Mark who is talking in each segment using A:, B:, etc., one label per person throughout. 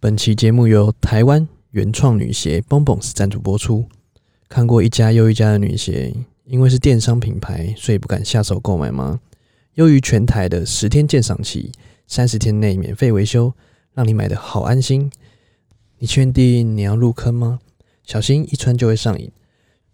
A: 本期节目由台湾原创女鞋 Bonbons 赞助播出。看过一家又一家的女鞋，因为是电商品牌，所以不敢下手购买吗？优于全台的十天鉴赏期，三十天内免费维修，让你买的好安心。你确定你要入坑吗？小心一穿就会上瘾。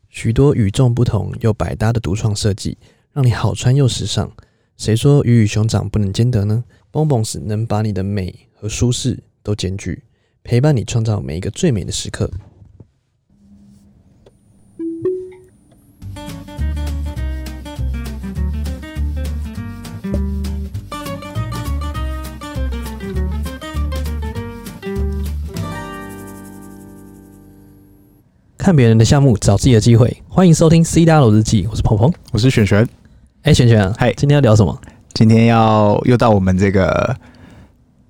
A: 许多与众不同又百搭的独创设计，让你好穿又时尚。谁说鱼与熊掌不能兼得呢？Bonbons 能把你的美和舒适都兼具，陪伴你创造每一个最美的时刻。看别人的项目，找自己的机会。欢迎收听 C W 日记，我是鹏鹏。
B: 我是璇璇，
A: 哎、璇璇啊，
B: 嗨
A: 今天要聊什么？
B: 今天要又到我们这个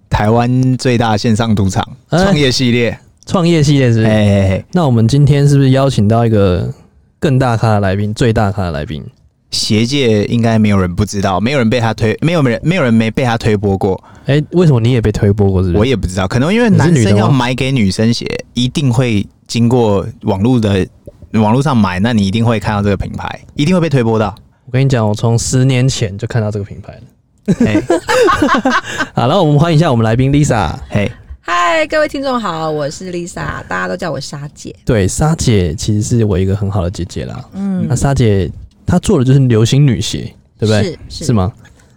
B: 台湾最大线上赌场
A: 哎
B: 创业系列，
A: 创业系列是不是？
B: 哎哎，哎
A: 那我们今天是不是邀请到一个更大咖的来宾，最大咖的来宾？
B: 鞋界应该没有人不知道，没有人被他推，没有人没有人没被他推播过，
A: 哎、为什么你也被推播过？是不
B: 我
A: 是？
B: 也不知道，可能因为
A: 你是
B: 男
A: 女的
B: 生
A: 吗
B: 要买给女生鞋，一定会经过网络的网络上买，那你一定会看到这个品牌，一定会被推播 到。
A: 我跟你讲，我从十年前就看到这个品牌了。
B: 嘿，
A: 好，然后我们欢迎一下我们来宾 Lisa。
B: 嘿，
C: 嗨，各位听众好，我是 Lisa，大家都叫我莎姐。
A: 对，莎姐其实是我一个很好的姐姐啦。
C: 嗯
A: 那莎姐她做的就是流行女鞋，对不对？
C: 是
A: 是？吗？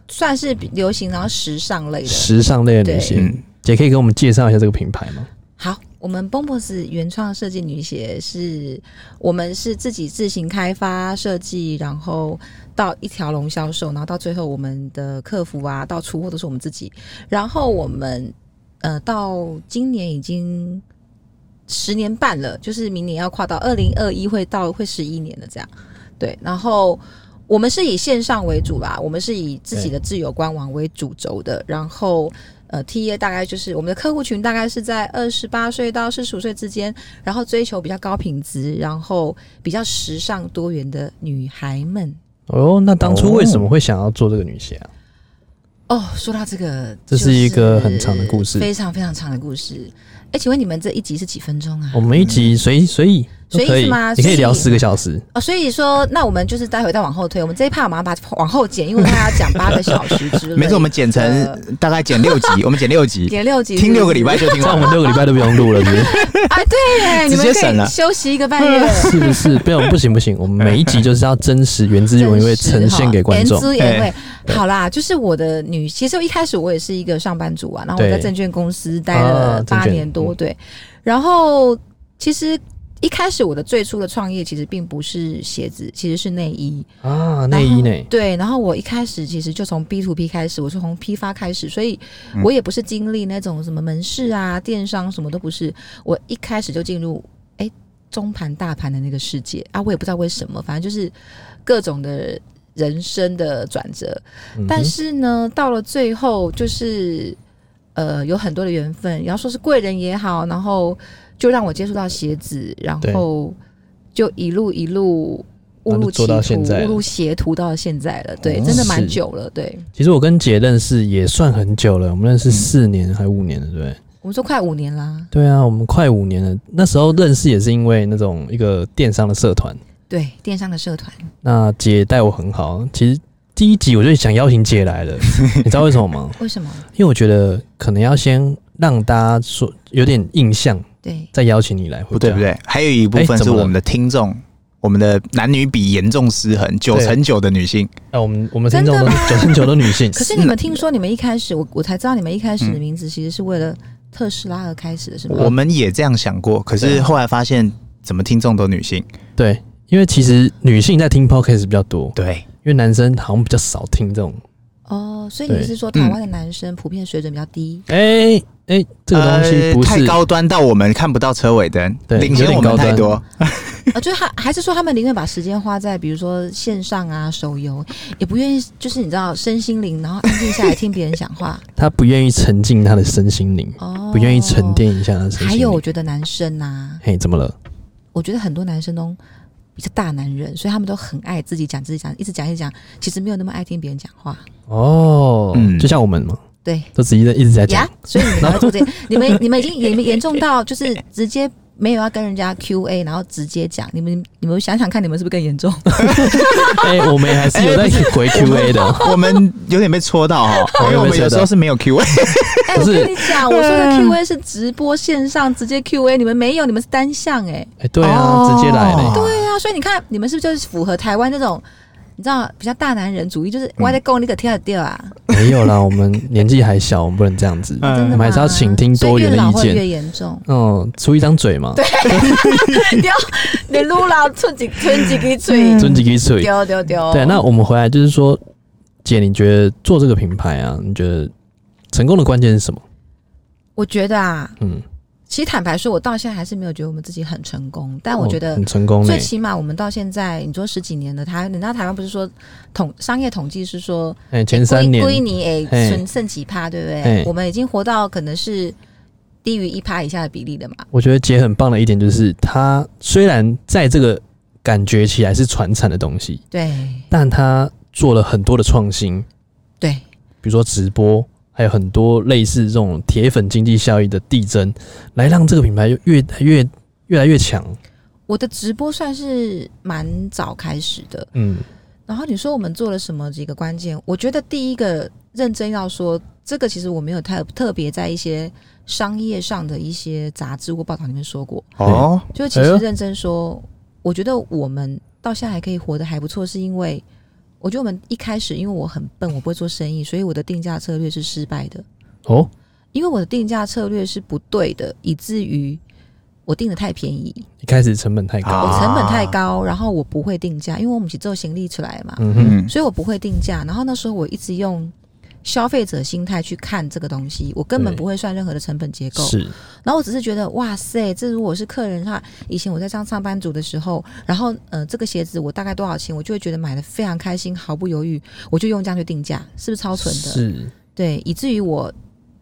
C: 算是比流行，然后时尚类的。
A: 时尚类的女鞋，
B: 嗯，
A: 姐可以给我们介绍一下这个品牌吗？
C: 好，我们 Bombos 原创设计女鞋是，我们是自己自行开发设计，然后到一条龙销售，然后到最后我们的客服啊，到出货都是我们自己。然后我们呃，到今年已经十年半了，就是明年要跨到二零二一，会到会十一年了这样。对，然后我们是以线上为主啦，我们是以自己的自有官网为主轴的，然后。呃，T A 大概就是我们的客户群大概是在二十八岁到四十五岁之间，然后追求比较高品质，然后比较时尚多元的女孩们。
A: 哦，那当初
B: 哦
A: 为什么会想要做这个女鞋
C: 嗯
A: 啊？
C: 哦，说到这个，
A: 这
C: 就是
A: 一个很长的故事
C: 非常非常长的故事。哎，请问你们这一集是几分钟啊？
A: 我们一集随随意都可
C: 随意
A: 以
C: 是吗，
A: 你可以聊
C: 随意
A: 四个小时。
C: 哦，所以说，那我们就是待会再往后推，我们这一趴我们要把它往后剪，因为大家讲八个小时之 类。
B: 没错，我们剪成大概剪六集，我们剪六集，
C: 剪六集，
B: 听六个礼拜。就 听
A: 这样
B: 完
A: 我
B: 了。
A: 们六个礼拜都不用录了，是不是？
C: 哎，对耶，你
B: 直接
C: 们可
B: 省了
C: 以休息一个 半月。
A: 是不是？不用，不行不行，我们每一集就是要真实原汁原味呈现给观众
C: 原。汁原味。
A: 对
C: 好啦，就是我的女，其实我一开始我也是一个上班族啊，然后我在
A: 对
C: 证券公司待
A: 啊
C: 了
A: 证
C: 八
A: 券
C: 年多，
A: 嗯
C: 对。然后其实一开始我的最初的创业其实并不是鞋子，其实是内衣。
A: 啊，内衣
C: 然
A: 呢
C: 后？对，然后我一开始其实就从 B to B 开始，我是从批发开始，所以
A: 嗯
C: 我也不是经历那种什么门市啊、电商什么都不是，我一开始就进入哎中盘大盘的那个世界啊，我也不知道为什么，反正就是各种的人生的转折，
A: 嗯哼
C: 但是呢，到了最后就是呃，有很多的缘分，然后说是贵人也好，然后就让我接触到鞋子，然
A: 对
C: 后就一路一路误
A: 然后
C: 入
A: 就做
C: 歧
A: 到
C: 途，
A: 现在了
C: 误入邪途到现在了，对，
B: 哦
C: 真的蛮
A: 是
C: 久了，对，
A: 其实我跟姐认识也算很久了，我们认识四年还五年了，对不对？
C: 我们说快五年啦，
A: 对啊，我们快五年了。那时候认识也是因为那种一个电商的社团，
C: 对，电商的社团，
A: 那姐带我很好。其实第一集我就想邀请姐来了，你知道为什么吗？
C: 为什么？
A: 因为我觉得可能要先让大家说有点印象，
C: 对，
A: 再邀请你来会比较
B: 不对
A: 好，
B: 不对，还有一部
A: 啊哎
B: 分
A: 怎
B: 是
A: 么了
B: 我们的听众，我们的男女比严重失
A: 啊
B: 衡，九成九的女性，
A: 哎、我们我们听众都
C: 真的吗
A: 九成九都女 性，
C: 可是你们听说你们一开始，我我才知道你们一开
A: 嗯
C: 始的名字其实是为了特斯拉而开始的，是吗？
B: 我们也这样想过，可
A: 啊对啊
B: 是后来发现怎么听众都女性，
A: 对，因为其实女性在听 podcast 比较多，
B: 对，
A: 因为男生好像比较少听这种。
C: 哦，所以你
A: 对嗯
C: 是说台湾的男生普遍水准比较低？
A: 哎、哎、这个东西不是、
B: 呃太高端到我们看不到车尾灯，
A: 对
B: 领先我
A: 有点高
B: 们
A: 端
B: 太 多，
C: 啊，就是他还是说他们宁愿把时间花在比如说线上啊、手游，也不愿意就是你知道身心灵，然后安静下来听别人讲话。
A: 他不愿意沉浸他的身心灵，
C: 哦，
A: 不愿意沉。淀一下他的身心灵。
C: 还有，我觉得男生呐、
A: 嘿，怎么了？
C: 我觉得很多男生都比较大男人，所以他们都很爱自己讲自己讲，一直讲一直讲，其实没有那么爱听别人讲话。
A: 哦，
B: 嗯
A: 就像我们嘛，
C: 对
A: 都直接一直在讲
C: 呀，所以你们要做这，你们你们已经你们严重到就是直接没有要跟人家 Q A，然后直接讲，你们你们想想看，你们是不是更严重？
A: 哎、我们还是有在 回
C: 哎
A: Q&A 的。
B: 我们有点被戳到哈，
A: 我
B: 因为
A: 有
B: 我
A: 被
B: 们
A: 戳
B: 有时
A: 到
B: 候是没有 Q&A，
C: 哎、
A: 不
C: 我
A: 是嗯
C: 跟你讲，我说的 Q A 是直播线上直接 Q A，你们没有，你们是单向哎、
A: 哎、对啊，
B: 哦
A: 直接来嘞、
B: 对
C: 对啊，所以你看，你们是不是就是符合台湾那种你知道比较大男人主义，就是
A: 嗯
C: 我在够你可听得掉啊，
A: 没有啦，我们年纪还小，我们不能这样子。
B: 嗯
A: 我
C: 真的吗
A: 们还是要倾听多元的意见。
C: 所以越老会越严重
A: 嗯，出一张嘴嘛，
C: 丢， 你撸老存几存几个嘴，
A: 尊几个嘴。
C: 丢丢丢。
A: 对，那我们回来就是说，姐，你觉得做这个品牌啊，你觉得成功的关键是什么？
C: 我觉得啊，
A: 嗯，
C: 其实坦白说，我到现在还是没有觉得我们自己很成功，但我觉
A: 哦
C: 得
A: 很成功呢
C: 最。起码我们到现在，你说十几年了，台你知道台湾不是说统商业统计是说
A: 哎、前三年，
C: 归你诶
A: 嘿
C: 存剩几趴，对不
A: 嘿
C: 对？我们已经活到可能是低于一趴以下的比例的嘛。
A: 我觉得姐很棒的一点就是，她虽然在这个感觉起来是传产的东西，
C: 对
A: 但她做了很多的创新，
C: 对，
A: 比如说直播，还有很多类似这种铁粉经济效益的递增，来让这个品牌越越越越来越强。
C: 我的直播算是蛮早开始的。
A: 嗯，
C: 然后你说我们做了什么几个关键？我觉得第一个认真要说，这个其实我没有太特别在一些商业上的一些杂志或报道里面说过。
B: 哦，
C: 就其
A: 哎
C: 实
A: 呦
C: 认真说，我觉得我们到现在还可以活得还不错，是因为我觉得我们一开始因为我很笨，我不会做生意，所以我的定价策略是失败的。
A: 哦，
C: 因为我的定价策略是不对的，以至于我定的太便宜，
A: 一开始成本太高，
B: 啊
C: 我成本太高，然后我不会定价，因为我们是做行李出来嘛，
A: 嗯哼，
B: 嗯，
C: 所以我不会定价。然后那时候我一直用消费者心态去看这个东西，我根本
A: 对
C: 不会算任何的成本结构。
A: 是
C: 然后我只是觉得，哇塞，这如果是客人的话，以前我在当上班族的时候，然后呃，这个鞋子我大概多少钱，我就会觉得买的非常开心，毫不犹豫，我就用这样去定价，是不是超蠢的？
A: 是，
C: 对，以至于我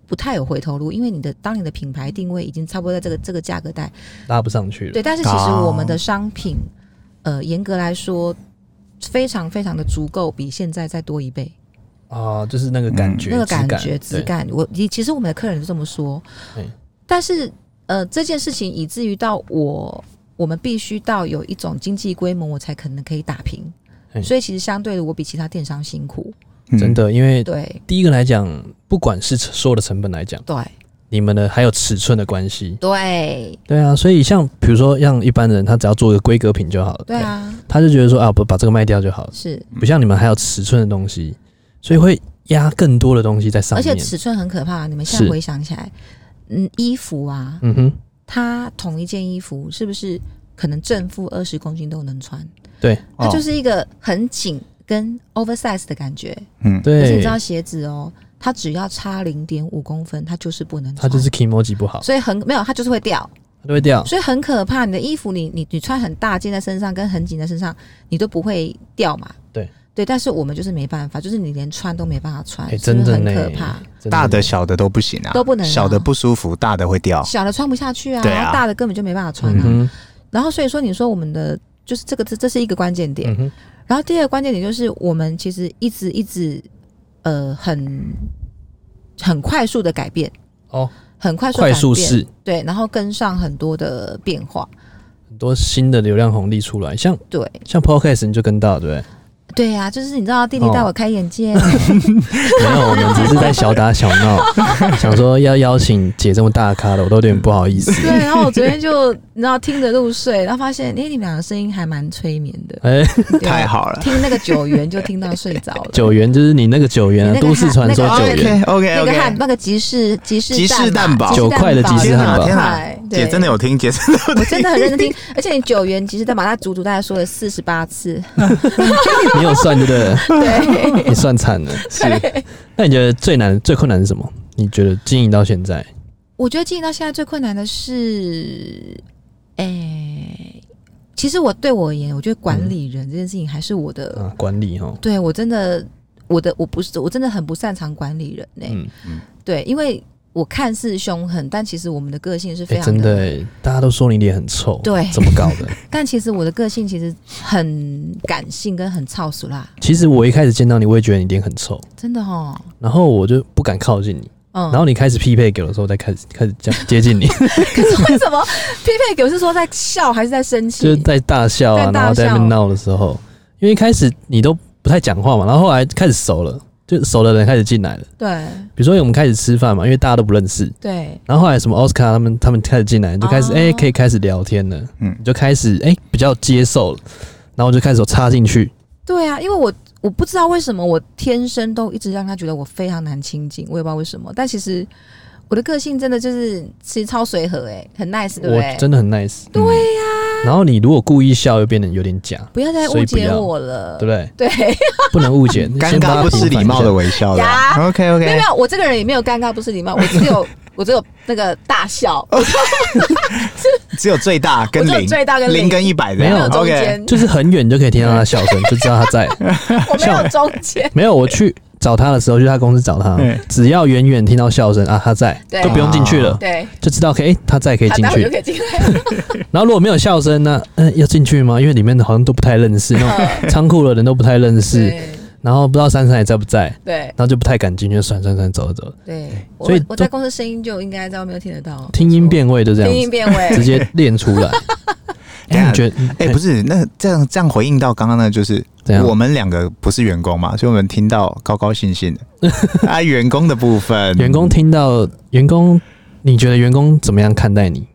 C: 不太有回头路，因为你的当你的品牌定位已经差不多在这个这个价格带，
A: 拉不上去了。
C: 对，但是其实
B: 哦
C: 我们的商品，呃，严格来说。非常非常的足够，比现在再多一倍，
A: 啊，就是那个感觉，
C: 嗯那个感
A: 质
C: 觉质感，我你其实我们的客人就这么说
A: 对，
C: 但是呃这件事情以至于到我我们必须到有一种经济规模，我才可能可以打平
A: 嗯。
C: 所以其实相对的，我比其他电商辛苦。
B: 嗯
A: 对真的，因为
C: 对
A: 第一个来讲，不管是所有的成本来讲，
C: 对
A: 你们的还有尺寸的关系，
C: 对
A: 对啊，所以像比如说像一般人，他只要做一个规格品就好了，
C: 对，啊，
A: 他就觉得说啊，不把这个卖掉就好了，
C: 是，
B: 嗯
A: 不像你们还有尺寸的东西，所以会压更多的东西在上
C: 而
A: 面，
C: 且尺寸很可怕。你们现在
A: 是
C: 回想起来，嗯，衣服啊，
A: 嗯哼，
C: 它同一件衣服是不是可能正负二十公斤都能穿？
A: 对，
C: 它就是是一个很紧跟 oversize 的感觉。
B: 嗯，
C: 可是你
A: 对
C: 知，道鞋子哦，它只要差零点五公分，它就是不能穿，
A: 它就是哦 emoji 不好，啊
C: 所以很没有，它就是会掉，
A: 它都会掉，
C: 所以很可怕。你的衣服你，你你穿很大件在身上，跟很紧在身上，你都不会掉嘛？
A: 对
C: 对，但是我们就是没办法，就是你连穿都没办法穿，
A: 哎，
C: 是不
A: 真
C: 是
A: 的
C: 很
A: 呢
C: 可怕。，
A: 真
B: 大的小的都不行啊，
C: 都不能啊
B: 小的不舒服，大的会掉。
C: 小的穿不下去啊，
B: 对啊
C: 然后大的根本就没办法穿
A: 哦嗯
C: 啊。
A: 哼，
C: 然后所以说，你说我们的就是这个，这这是一个关键点。
A: 嗯哼，
C: 然后第二个关键点就是，我们其实一直一直呃很很快速的改变，
A: 哦，
C: 很快速地
A: 快速
C: 改变
A: 式
C: 对，然后跟上很多的变化，
A: 很多新的流量红利出来，像
C: 对
A: 像 podcast 你就跟到，对不对？
C: 对呀、就是你知道弟弟
A: 哦
C: 带我开眼界，
A: 没有，我们只是在小打小闹，想说要邀请姐这么大咖的，我都有点不好意思。
C: 对，然后我昨天就你知道听着入睡，然后发现哎、诶你们俩的声音还蛮催眠 的，
A: 哎、
C: 对啊
B: 太好了
C: 听那个九元就听到睡着了，
A: 九元就是你那个九元
C: 你
A: 啊，
C: 那个
A: 都市传说
C: 那个
A: 九元，
B: OK
C: 那个汉那个集市集市
B: 集市
C: 蛋
B: 蛋堡
A: 九块的集市汉堡
B: 天哪姐
C: 姐
B: 真的有听，姐真的有
C: 我真的 很认真听，而且你九元集市蛋堡，他足足大概说了四十 八次，
A: 你有算对不 对？
C: 对。
A: 你算惨了。
B: 是
A: 那你觉得最难、最困难是什么？你觉得经营到现在，
C: 我觉得经营到现在最困难的是，哎、其实我对我而言，我觉得管理人这件事情还是我
B: 嗯
C: 的，
A: 啊，管理哈，
C: 对我真的，我的我不是，我真的很不擅长管理人呢、
A: 嗯，
C: 对，因为。我看似凶狠，但其实我们的个性是
A: 哎、
C: 非常
A: 真的、欸，大家都说你脸很臭，
C: 对
A: 怎么搞 的？
C: 但其实我的个性其实很感性跟很操俗啦，
A: 其实我一开始见到你，我也觉得你脸很臭，
C: 真的哈。
A: 然后我就不敢靠近你，
C: 嗯，
A: 然后你开始匹配给我的时候，再开始开始这样接近你，
C: 可是 为什么匹配给我是说在笑还是在生
A: 就是
C: 气？
A: 在大笑啊，
C: 在大
A: 然后在那边
C: 笑
A: 闹的时候，因为一开始你都不太讲话嘛，然后后来开始熟了，就熟的人开始进来了。
C: 对
A: 比如说我们开始吃饭嘛，因为大家都不认识，
C: 对，
A: 然后后来什么奥斯卡他们他们开始进来，你就开始
C: 哦
A: 哎、可以开始聊天了，
B: 嗯
A: 你就开始哎、比较接受了，然后我就开始有插进去，
C: 对啊，因为我我不知道为什么我天生都一直让他觉得我非常难亲近，我也不知道为什么。但其实我的个性真的就是其实超随和、欸，很 nice，对不
A: 我
C: 对？
A: 真的很 nice。嗯
B: 对呀、
A: 然后你如果故意笑，又变得有点 假，
C: 不要再
A: 所
C: 误
A: 以不
C: 解
A: 要
C: 我了，
A: 对不对？
C: 对？
A: 不能误 解，
B: 尴
A: 先把
B: 尬
A: 它
B: 不失
A: 平反
B: 礼
A: 一
B: 貌
A: 下
B: 的微笑的啊
C: 呀。
B: OK
C: 没有没
B: OK，
C: 有，我这个人也没有尴尬，不是礼貌，我 只有我只有那个大笑，我
B: 只有最大跟
C: 只有
B: 零，
C: 最大跟
B: 零
C: 零，
B: 跟一百的
A: 没有
C: 中
B: OK，
C: 间
A: 就是很远就可以听到他的笑声，就知道他在。
C: 我没有中间，
A: 没有，我去找他的时候，去他公司找他
B: 嗯，
A: 只要远远听到笑声啊，他在，
C: 对
A: 就不用进去了，
C: 对，
A: 就知道可以、哎他在可以
C: 啊
A: 进
C: 待会就
A: 去。
C: 可以进来。
A: 然后如果没有笑声呢，嗯、要进去吗？因为里面好像都不太认识，那种仓库的人都不太认识，
C: 嗯对
A: 然后不知道珊珊还在不在，
C: 对
A: 然后就不太敢进去，就算算算，走了走了。
C: 对，我
A: 所以
C: 我
A: 都
C: 在公司声音就应该在外面听得到，
A: 听音辨位就这
C: 听音
A: 样
C: 辨
A: 子，直
C: 位，
A: 接练出 来。哎、
B: 等一下
A: 你觉得？嗯
B: 哎、不是，那这样这样回应到刚刚那个，就是
A: 怎样
B: 我们两个不是员工嘛，所以我们听到高高兴兴的。 啊，员工的部分，
A: 员工听到员工，你觉得员工怎么样看待你？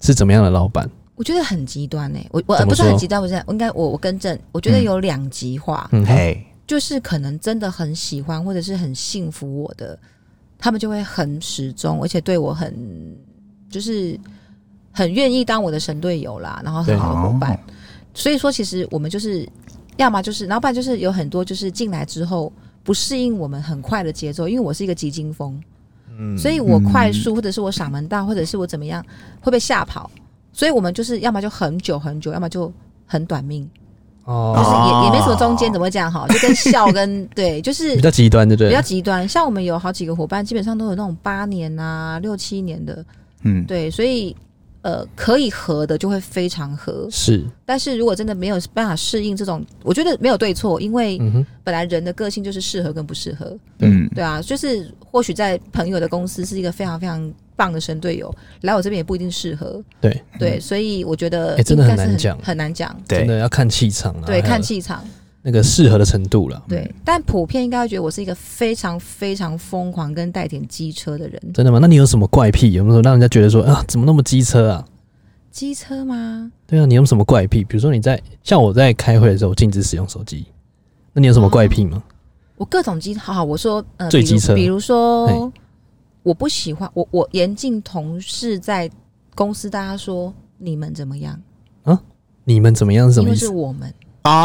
A: 是怎么样的老板？
C: 我觉得很极端呢、我我
A: 怎么
C: 呃不是很
A: 说
C: 极端，不是很，我应该我我更正，我觉得
B: 嗯
C: 有两极化，
A: 嗯，
B: 嘿，
C: 就是可能真的很喜欢或者是很信服我的，他们就会很始终，而且对我很就是很愿意当我的神队友啦，然后很好的伙
A: 哦
C: 伴。所以说，其实我们就是要么就是，然后不然就是有很多就是进来之后不适应我们很快的节奏，因为我是一个急惊风，
A: 嗯
C: 所以我快速或者是我嗓门大，或者是我怎么样会被吓跑。所以我们就是要么就很久很久，要么就很短命。就是
A: 哦，
C: 也也没什么中
B: 哦
C: 间，怎么讲哈，就跟笑跟 对，就是
A: 比较极端，对不
C: 比较
A: 对？
C: 极端。像我们有好几个伙伴，基本上都有那种八年啊、六七年的，
B: 嗯，
C: 对，所以呃，可以合的就会非常合。
A: 是，
C: 但是如果真的没有办法适应这种，我觉得没有对错，因为
A: 嗯哼，
C: 本来人的个性就是适合跟不适合，
B: 嗯，
C: 对啊，就是或许在朋友的公司是一个非常非常棒的神队友，来我这边也不一定适合，
A: 对
C: 对，所以我觉
A: 嗯
C: 得
A: 哎真的
C: 应该
A: 很
C: 是
A: 难讲
C: 很难讲，
A: 真
B: 对，
A: 的要看气场啊，
C: 对，
A: 还有
C: 看气场。
A: 那个适合的程度了。
C: 对，但普遍应该会觉得我是一个非常非常疯狂跟带点机车的人。
A: 真的吗？那你有什么怪癖？有没有让人家觉得说啊，怎么那么机车啊？
C: 机车吗？
A: 对啊，你有什么怪癖？比如说你在像我在开会的时候禁止使用手机，那你有什么怪癖
C: 哦
A: 吗？
C: 我各种机，好好，我说呃，
A: 最
C: 比如
A: 机车
C: 比如
A: 嘿
C: 说，我不喜欢我我严禁同事在公司大家说你们怎么样，
A: 你们怎么样是什
C: 因
A: 么
C: 为
A: 意
C: 是
A: 思？
C: 我们，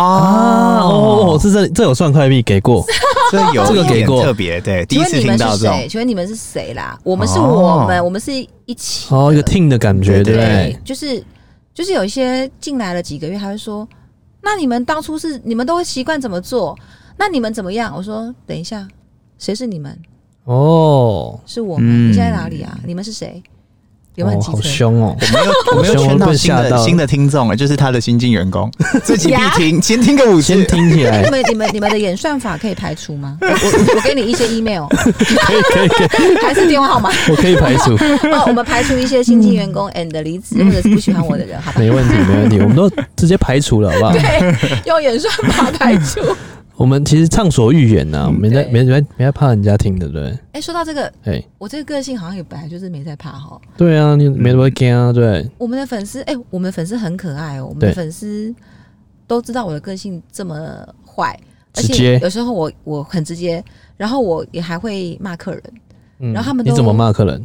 A: 啊哦，
B: 哦，
A: 是这这有算怪癖给过，
B: 这有
A: 这个
B: 一点
A: 给过
B: 特别，对，第一
C: 请问
B: 次
C: 你
B: 听
C: 们
B: 到
C: 是
B: 这
C: 谁？
B: 种，
C: 请问你们是谁啦？我们是
B: 哦
C: 我们，我们是一起
A: 哦，一个
C: 的
A: team 的感觉，
B: 对
A: 对不
C: 对
A: 对？，
C: 就是就是有一些进来了几个月，还会说，那你们当初是你们都会习惯怎么做？那你们怎么样？我说等一下，谁是你们？
A: 哦，
C: 是我们。
B: 嗯
C: 你现在哪里啊？你们是谁？有没有
A: 哦
C: 很
A: 好
C: 机车？
A: 凶哦！
B: 我没 有，我没有
A: 我
B: 圈到
A: 被
B: 新
A: 吓到
B: 的
A: 了
B: 新的听众，就是他的新进员 工，这期必听，先听个五
A: 先
B: 次，
A: 听起来
C: 你，们你们你们的演算法可以排除吗？ 我我我给你一些 email，
A: 可以可以可
C: 还是电话号码？
A: 以，我可以排除，
C: 哦，我们排除一些新进员工 and 离职或者是不喜欢我的人，好吧？
A: 没问题没问题，我们都直接排除了，好不好？
C: 对，用演算法排除。
A: 我们其实畅所欲言呐、我们没在
C: 嗯对
A: 没没没在怕人家听的，对不对？
C: 哎，说到这个，
A: 哎，
C: 我这个个性好像也本来就是没在怕哈。
A: 对啊，你没多惊啊，对，
C: 我们的粉丝，哎、我们的粉丝很可爱哦。我们
A: 对
C: 的粉丝都知道我的个性这么坏，而
A: 直接
C: 且有时候我我很直接，然后我也还会骂客人。
A: 嗯
C: 然后他们
A: 你
C: 都
A: 怎么骂客人？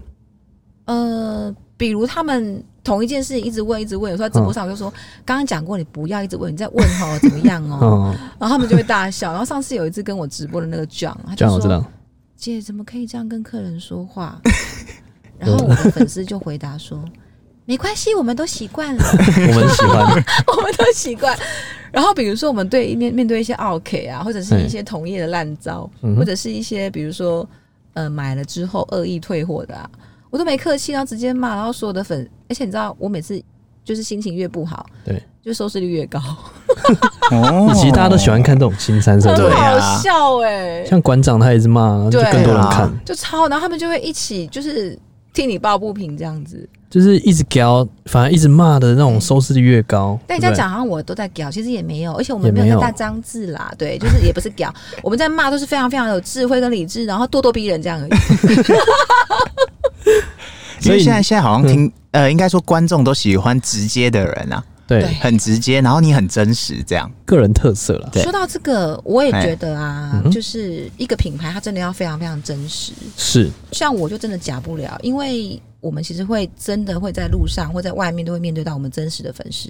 C: 呃，比如他们同一件事一直问，一直问，有时候在直
A: 嗯
C: 播上我就说，刚刚讲过你不要一直问，你再问哦，怎么样哦？
A: 哦，
C: 然后他们就会大笑。然后上次有一次跟我直播的那个 John，
A: 这
C: 他就
A: 样我知
C: 说
A: 道，：“
C: 姐，怎么可以这样跟客人说话？” 然后我的粉丝就回答说：“没关系，我们都习惯 了。”
A: 我们喜欢，
C: 我们都习惯。然后比如说我们对面面对一些 OK 啊，或者是一些同业的烂招，
A: 嗯
C: 或
A: 哼，
C: 者是一些比如说呃买了之后恶意退货的啊，我都没客气，然后直接骂，然后所有的粉，而且你知道我每次就是心情越不好，
A: 对，
C: 就收视 率越高，
B: 哦
A: 其实大家都喜欢看这种新三色
C: 很
A: 的，
B: 对啊
C: 好笑哎、
A: 像馆长他一直骂，就
C: 对啊
A: 更多人看，
C: 就超，然后他们就会一起就是替你抱不平这样子。
A: 就是一直屌，反而一直骂的那种收视率越高。
C: 但人
A: 对
C: 家
A: 不对，
C: 讲好像我都在屌，其实也没有，而且我
A: 也
C: 们
A: 没
C: 没有
A: 有
C: 在大张字啦， 对，就是也不是屌，我们在骂都是非常非常有智慧跟理智，然后咄咄逼人这样而已。
B: 因
A: 所以
B: 为
A: 你嗯
B: 现在现在好像听、呃，应该说观众都喜欢直接的人啊，
A: 对
C: 对
B: 很直接，然后你很真实这样。
A: 个人特色啦，
B: 对
C: 说到这个，我也觉得
A: 哎
C: 啊
A: 嗯，哼
C: 就是一个品牌，它真的要非常非常真实。
A: 是
C: 像我就真的假不了，因为我们其实会真的会在路上或在外面都会面对到我们真实的粉丝。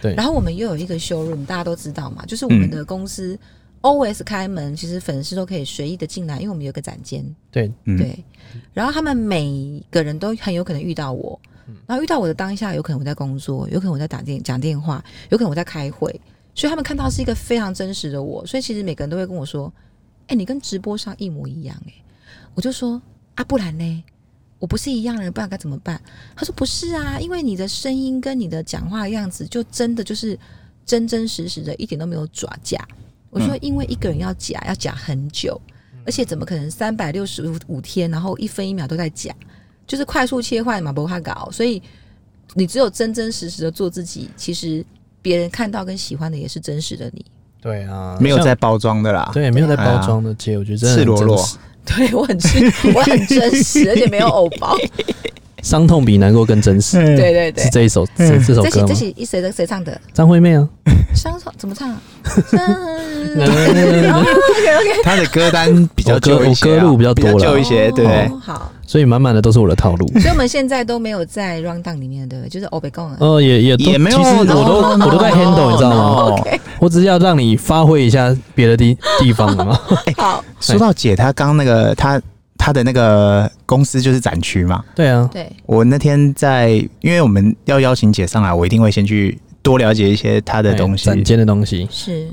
A: 对
C: 然后我们又有一个 showroom，大家都知道嘛，就是我们的公
A: 嗯
C: 司 always 开门，其实粉丝都可以随意的进来，因为我们有一个展间。
A: 对，
B: 嗯，
C: 对，然后他们每个人都很有可能遇到我，然后遇到我的当下，有可能我在工作，有可能我在打电讲电话，有可能我在开会，所以他们看到是一个非常真实的我，所以其实每个人都会跟我说：“哎、你跟直播上一模一样。”哎，我就说：“啊，不然呢？”我不是一样人，不然该怎么办？他说不是啊，因为你的声音跟你的讲话的样子，就真的就是真真实实的，一点都没有爪假。我说，因为一个人要假，要假很久，而且怎么可能三百六十五天，然后一分一秒都在假，就是快速切换嘛，不怕搞。所以你只有真真实实的做自己，其实别人看到跟喜欢的也是真实的你。
A: 对啊，
B: 没有
A: 像
B: 在包装的啦。
A: 对没有在
B: 对啊
A: 包装的街，我觉得真的
B: 赤
A: 很
B: 裸
A: 真
B: 裸
A: 实
C: 对我很真，我很真实，而且没有偶包。
A: 伤痛比难过更真实，
B: 嗯
C: 对 对对
A: 是，这一首这这首歌
C: 这些
A: 吗
C: 这？些一谁的谁唱的？
A: 张惠妹啊，
C: 伤痛怎么唱啊？嗯哦
B: 他的歌单比较
A: 我歌
B: 旧一些啊、
A: 我歌路比较多啦
B: 旧一些，对不对
C: 哦？好，
A: 所以满满的都是我的 套路。
C: 所以我们现在都没有在 round down 里面，对不对？就是欧北贡了。
A: 呃，也也都
B: 也没有
A: 其实我都
B: no, no, no,
A: 我都在 handle，你知道吗？哦
B: no, no.
A: 我只是要让你发挥一下别的地地方 嘛。
C: 好，
B: 说到姐，她刚那个她她的那个公司就是展区嘛。
A: 对啊，
C: 对，
B: 我那天在，因为我们要邀请姐上来，我一定会先去多了解一些她的东西
A: 哎展。间的东西，
C: 是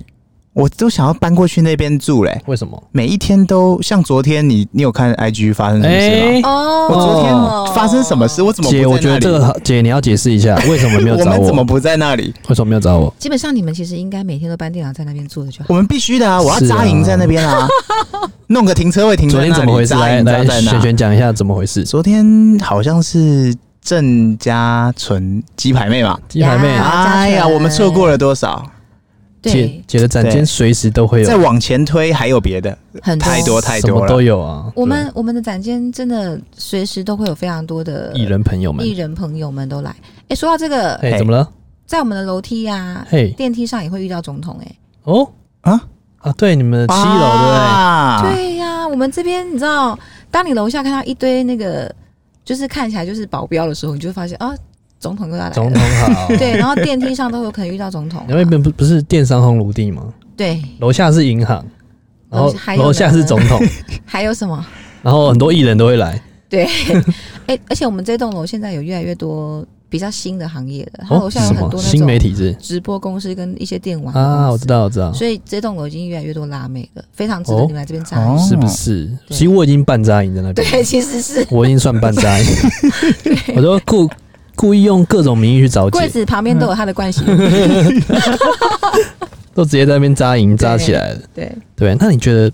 B: 我都想要搬过去那边住嘞、
A: 为什么？
B: 每一天都像昨天你，你有看 IG 发生什么事吗？
A: 哎，
C: 哦
B: 我昨天发生什么事？我怎么不在
A: 姐，
B: 那里
A: 我觉得这个好姐你要解释一下，为什么没有
B: 我
A: 找
B: 们怎么
A: 我？
B: 不在那里？
A: 为什么没有找我？
C: 基本上你们其实应该每天都搬电脑在那边坐着就好。
B: 我们必须的啊！我要扎营在那边啊，弄个停车位停在
A: 昨
B: 那里。
A: 天怎么回事？
B: 扎
A: 来
B: 营扎
A: 来，
B: 在那
A: 璇璇讲一下怎么回事。
B: 昨天好像是郑家纯鸡排妹嘛。
A: 鸡排妹
B: 哎
C: 呀，啊家
B: 呀，
C: 纯
B: 我们错过了多少？
A: 姐
C: 对，
A: 姐的展间
B: 对
A: 随时都会有
B: 再，往前推还有别的，
C: 很
B: 太多太
A: 什
B: 多
A: 么都
B: 了。
A: 有啊。
C: 我们我们的展间真的随时都会有非常多的
A: 对
B: 呃
A: 艺人朋友们
C: 艺，人朋友们都来。哎，说到这个，
A: 哎，
B: 嘿
A: 怎么了？
C: 在我们的楼梯呀、
B: 哎
A: 嘿，
C: 电梯上也会遇到总统哎、
A: 哦
B: 啊
A: 啊，对，你们的七楼对不对？
B: 对
C: 对啊呀、我们这边你知道，当你楼下看到一堆那个，就是看起来就是保镖的时候，你就会发现啊，总统又要来
A: 总
C: 了。
A: 统好，
C: 对，然后电梯上都有可能遇到总统、啊
A: 你那边不不是电商红炉地吗？
C: 对，
A: 楼下是银行，然后
C: 楼哦还有
A: 楼下
C: 呢
A: 是总 统，
C: 还有什么？
A: 然后很多艺人都会来。
C: 对，哎、而且我们这栋楼现在有越来越多比较新的行业了，它楼
A: 哦，
C: 下有
A: 什
C: 很
A: 么
C: 多那
A: 新媒
C: 种
A: 体是
C: 直播公司跟一些电玩
A: 啊，我知
C: 道。
A: 道，我知道，
C: 所以这栋楼已经越来越多辣妹了，非常值得
A: 哦
C: 你们来这边扎营。
B: 哦
A: 是不是？
C: 对
A: 其实我已经半扎营在那边，
C: 对，其实是
A: 我已经算半 扎营。我都故故意用各种名义去找
C: 柜
A: 姐，
C: 子旁边都有它的冠 冕。
A: 都直接在那边扎营扎起来了。
C: 对，
A: 对，那你觉得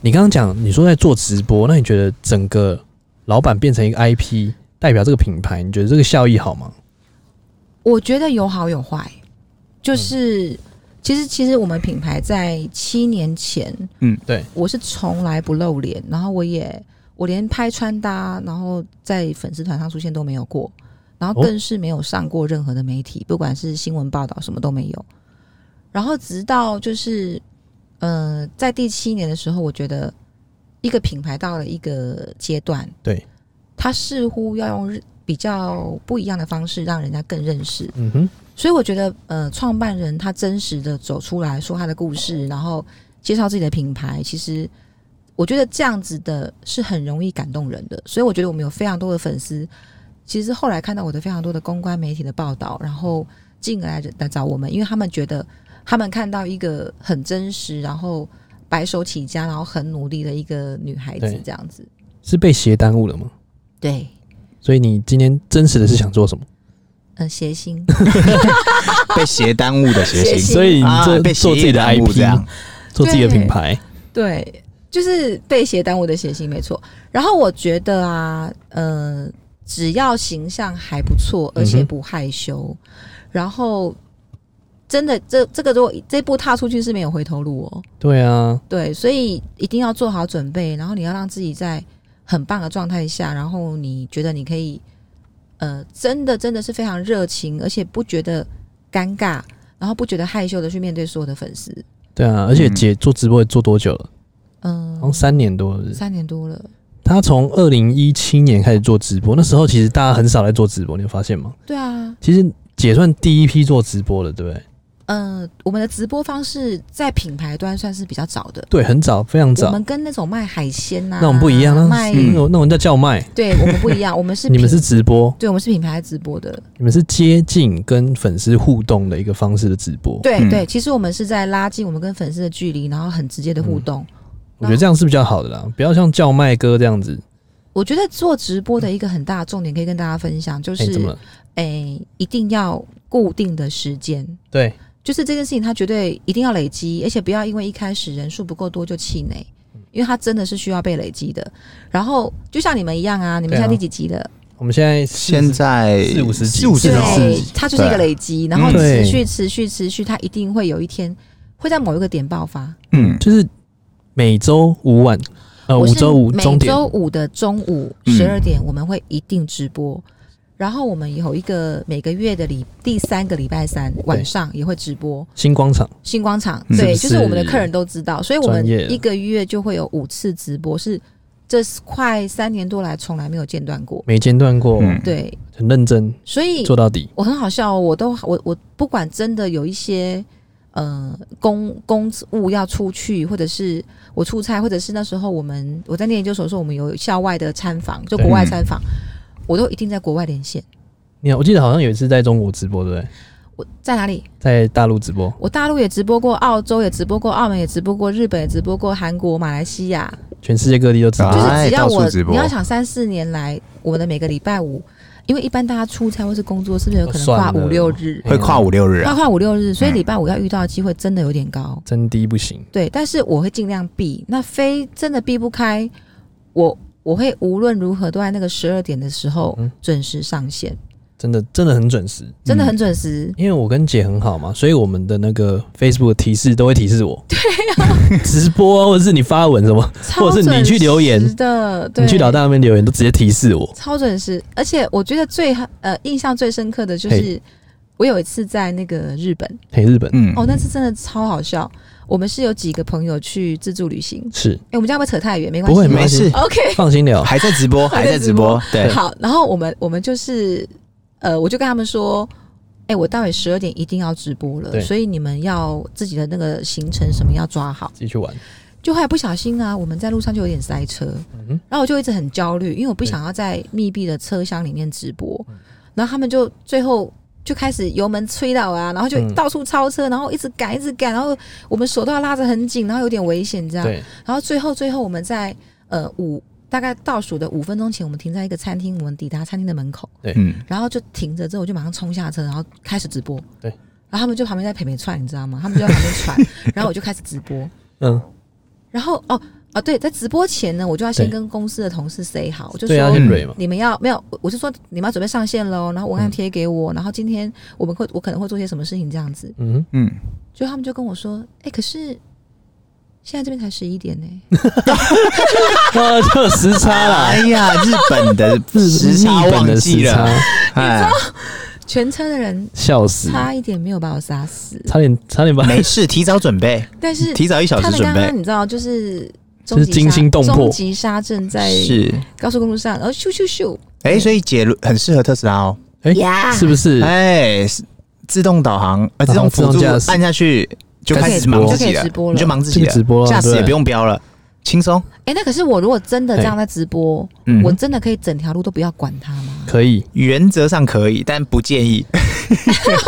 A: 你刚刚讲你说在做直播，那你觉得整个老板变成一个 IP，代表这个品牌，你觉得这个效益好吗？
C: 我觉得有好有坏，就是、其实其实我们品牌在七年前，
B: 嗯，
A: 对，
C: 我是从来不露脸，然后我也我连拍穿搭，然后在粉丝团上出现都没有过，然后
A: 哦
C: 更是没有上过任何的媒体，不管是新闻报道什么都没有。然后直到就是，呃，在第七年的时候，我觉得一个品牌到了一个阶段，
A: 对，
C: 它似乎要用日比较不一样的方式让人家更认识。
A: 嗯哼，
C: 所以我觉得，呃，创办人他真实的走出来说他的故事，然后介绍自己的品牌，其实我觉得这样子的呃是很容易感动人的。所以我觉得我们有非常多的粉丝，其实后来看到我的非常多的公关媒体的报道，然后进而来来找我们，因为他们觉得他们看到一个很真实，然后白手起家，然后很努力的一个女孩子
A: 对
C: 这样子。
A: 是被鞋耽误了吗？
C: 对，
A: 所以你今天真实的是想做什么？
C: 呃，谐星，
B: 被鞋耽误的
C: 谐
B: 鞋
C: 星
B: 型，
A: 所以你
B: 啊
A: 做、
B: 被
A: 做自
B: 鞋
A: 己
B: 业
A: 的
B: 耽误
A: IP，
B: 这样，
A: 做自己的
C: 对
A: 品牌，
C: 对，就是被写耽误的写信没错。然后我觉得啊，呃，只要形象还不错，而
A: 嗯
C: 且
A: 哼
C: 不害羞，然后真的这这个如果这步踏出去是没有回头路哦。
A: 对啊，
C: 对，所以一定要做好准备，然后你要让自己在很棒的状态下，然后你觉得你可以，呃，真的真的是非常热情，而且不觉得尴尬，然后不觉得害羞的去面对所有的粉丝。
A: 对啊，而且
B: 嗯
A: 姐做直播也做多久了？
C: 嗯、
A: 好像三年多了是不是。
C: 三年多了。
A: 她从二零一七年开始做直播，那时候其实大家很少来做直播，你有发现吗？
C: 对啊，
A: 其实姐算第一批做直播的，对不对？
C: 呃，我们的直播方式在品牌端算是比较早的，
A: 对，很早，非常
C: 我
A: 早。
C: 们跟那种卖海鲜呐、
A: 那我们不一样，那
B: 啊
C: 卖、
A: 是那
B: 嗯
A: 种那我们叫叫卖，
C: 对我们不一样，我 们是
A: 你们
C: 品
A: 是哦直播，
C: 对，我们是品牌直播的，
A: 你们是接近跟粉丝互动的一个方式的直播。
C: 对、
B: 嗯
C: 对，其实我们是在拉近我们跟粉丝的距离，然后很直接的互
A: 嗯
C: 动。
A: 我觉得这样是比较好的啦，不要像叫卖哥这样子。
C: 我觉得做直播的一个很大的重点可以跟大家分享，就
A: 哎、
C: 是
A: 怎么了？
C: 哎、一定要固定的时间，
A: 对，
C: 就是这件事情它绝对一定要累积，而且不要因为一开始人数不够多就气馁，因为它真的是需要被累积的。然后就像你们一样啊，你们
A: 对啊
C: 现在第几集了？
A: 我们现在
B: 现在
A: 四五十集
B: 四五十
A: 对
B: 集
A: 四十
B: 集
C: 它就是一个累积，然后
B: 嗯
C: 持
A: 对
C: 续持续持续，它一定会有一天会在某一个点爆发。
B: 嗯，
A: 就是每周五晚，呃，
C: 我
A: 五
C: 是
A: 周五
C: 每
A: 终点
C: 周五的中午
B: 嗯
C: 十二点，我们会一定直播。然后我们有一个每个月的礼第三个礼拜三晚上也会直播
A: 星光场，
C: 星光场，
B: 嗯
C: 对，
A: 是不
C: 就是
A: 是
C: 我们的客人都知道，所以我
A: 专
C: 们
A: 业
C: 一个月就会有五次直播，是这快三年多来从来没有间断过。
A: 没间断过，
B: 嗯
C: 对，
A: 很认真
C: 所以
A: 做到底。
C: 我很好笑、哦，我都我我不管真的有一些呃公公务要出去，或者是我出差，或者是那时候我们我在念研究所的时候，我们有校外的参访，就国外参访，我都一定在国外连线。
A: 你看，我记得好像有一次在中国直播，对不对？
C: 我在哪里？
A: 在大陆直播，
C: 我大陆也直播过，澳洲也直播过，澳门也直播过，日本也直播过，韩国、马来西亚，
A: 全世界各地都直播。
C: 就
B: 哎
C: 是只要
B: 到处
C: 我，
B: 直播
C: 你要想三四年来，我们的每个礼拜五，因为一般大家出差或是工作，是不是有可能
A: 哦算
C: 跨
A: 了
C: 五六日？
B: 会跨五六日
C: 跨
B: 啊，
C: 跨五六日，所以
B: 嗯
C: 礼拜五要遇到的机会真的有点高。
A: 真低不行，
C: 对，但是我会尽量避。那非真的避不开，我我会无论如何都在那个十二点的时候
A: 嗯
C: 准时上线，
A: 真的真的很准时。
C: 真的很准时。
A: 因为我跟姐很好嘛，所以我们的那个 Facebook 提示都会提示 我，对啊，直播啊，或者是你发文什么，
C: 超
A: 或者是你去留言
C: 准时的，对，
A: 你去老大那边留言都直接提示我。
C: 超准时。而且我觉得最呃印象最深刻的就是
A: 嘿
C: 我有一次在那个日本，
A: 嘿，日本、
B: 嗯
C: 哦，那次真的超好笑。我们是有几个朋友去自助旅行，
A: 是
C: 哎、我们这样会不会扯太远，没关
A: 不
C: 系，
A: 会
B: 没事，
C: OK，
A: 放心聊，
B: 还在直 播，还在直播，对，
C: 好，然后我们我们就是呃，我就跟他们说，哎、我待会十二点一定要直播了，
A: 对
C: 所以你们要自己的那个行程什么要抓好。
A: 继续玩。
C: 就后来不小心啊，我们在路上就有点塞车，
A: 嗯哼，
C: 然后我就一直很焦虑，因为我不
A: 对
C: 想要在密闭的车厢里面直播。然后他们就最后就开始油门催到啊，然后就
A: 嗯
C: 到处超车，然后一直赶一直赶，然后我们手都要拉着很紧，然后有点危险这样。
A: 对，
C: 然后最后最后我们在呃五大概倒数的五分钟前，我们停在一个餐厅，我们抵达餐厅的门口，
B: 嗯，
C: 然后就停着之后，我就马上冲下车，然后开始直播。
A: 对。
C: 然后他们就旁边在陪陪串，你知道吗？他们就在旁边 串，然后我就开始直播。
A: 嗯，
C: 然后哦啊，对，在直播前呢，我就要先
A: 对
C: 跟公司的同事 say 好，我就
A: 对啊，
B: 嗯
C: 说
A: 先蕊嘛，
C: 你们要没有，我我就说你们要准备上线喽，然后文
A: 嗯
C: 案贴给我，然后今天我们会我可能会做些什么事情这样子。
A: 嗯哼，
B: 嗯，
C: 就他们就跟我说，哎、可是现在这边才十一点呢、
A: 啊，就有时差啦，
B: 哎呀，日本的时差
A: 日本
B: 忘
A: 的
B: 记
A: 时
B: 了
A: 差，，
B: 哎，
C: 全车的人
A: 笑死，
C: 差一点没有把我杀死，
A: 差点差点把
B: 没事，提早准备，
C: 但是
B: 提早一小时
C: 他们
B: 准
C: 刚
B: 备
C: 刚，你知道，就是
A: 就是惊心动魄
C: 终极杀阵在
B: 是，
C: 高速公路上，然后咻咻咻，
B: 哎，所以姐很适合特斯拉哦，
A: 哎
C: 呀
A: 是不是？
B: 哎，是自动导航，呃，自
A: 然
B: 动
A: 后
B: 辅
A: 自
B: 助
A: 动驾驶
B: 按下去就
A: 就
B: 开
A: 可以
B: 始忙
A: 直播
B: 自己
C: 就可以直播了
B: 你就忙自己
A: 就直播了啊
B: 驾驶也
A: 对
B: 不用飙了，轻松，
C: 哎、那可是我如果真的这样在直播，
B: 嗯
C: 我真的可以整条路都不要管他吗？
A: 可以，
B: 原则上可以， 但不建议，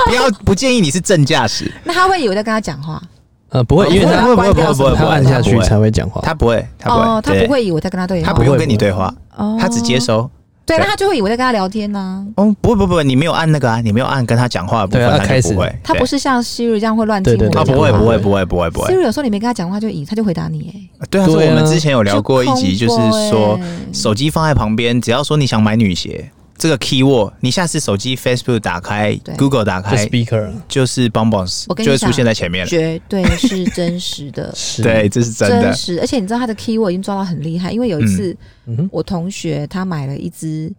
B: 不要不建议你是正驾驶，
C: 那他会以为在跟他讲话，
A: 呃，不会，因为
C: 不会
A: 他
B: 啊不会不会不会
A: 他按下去才
B: 会，
A: 会讲话。
B: 他不会，他不
C: 哦
B: 会，，
C: 他
B: 对
C: 不，会以为我在跟他对话，
B: 他不用跟你对话，
C: 哦
B: 他只接收。
C: 对，
B: 对
C: 那他就会以为在跟他聊天啊呢。
B: 哦，不会不会不会，你没有按那个啊，你没有按跟他讲话的部
A: 对啊
B: 分，他
A: 开
B: 就
A: 始
B: 不会，
C: 他
B: 对
C: 不是像 Siri 这样会乱
A: 对
C: 听我
A: 对对
C: 们
B: 啊，
C: 讲
B: 不
C: 话。
B: 会不会不会不会不会，
C: Siri 有时候你没跟他讲话，就以他就回答你，哎，
B: 对啊，是
A: 对啊
B: 我们之前有聊过一集，
C: 就
B: 就是
C: 恐怖欸
B: 说手机放在旁边，只要说你想买女鞋，这个 keyword，你下次手机 Facebook 打开
C: 对
B: ，Google 打
A: 就
B: 开，
A: speaker。
B: 就是 b o m b o n s
C: 我跟你
B: 就会出
C: 讲
B: 现在前面了。
C: 绝对是真实的
A: 是，
B: 对，这是 真的
C: 真。实，而且你知道他的 keyword 已经抓到很厉害，因为有一次
A: 嗯哼，
C: 我同学他买了一只，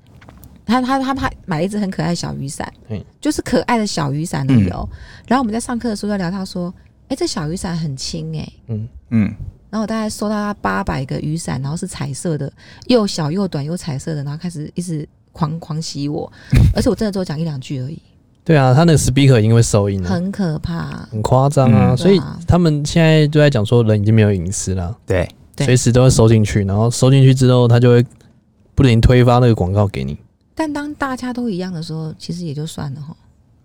C: 他他他他买了一只很可爱的小雨伞
A: 嗯，
C: 就是可爱的小雨伞而
B: 嗯
C: 已哦。然后我们在上课的时候在聊，他说：“哎、这小雨伞很轻哎、
A: 嗯，
B: 嗯，
C: 然后我大概收到他八百个雨伞，然后是彩色的，又小又短又彩色的，然后开始一直狂狂洗 我，而且我真的只有讲一两句而已，
A: 对啊，他那个 speaker 已经会收音了，
C: 很可怕。
A: 很夸张啊。
B: 嗯
A: 所以
C: 对啊
A: 他们现在就在讲说，人已经没有隐私了，
B: 对，
C: 对
A: 随时都会收进去，然后收进去之后，他就会不停推发那个广告给你。
C: 但当大家都一样的时候，其实也就算了哈。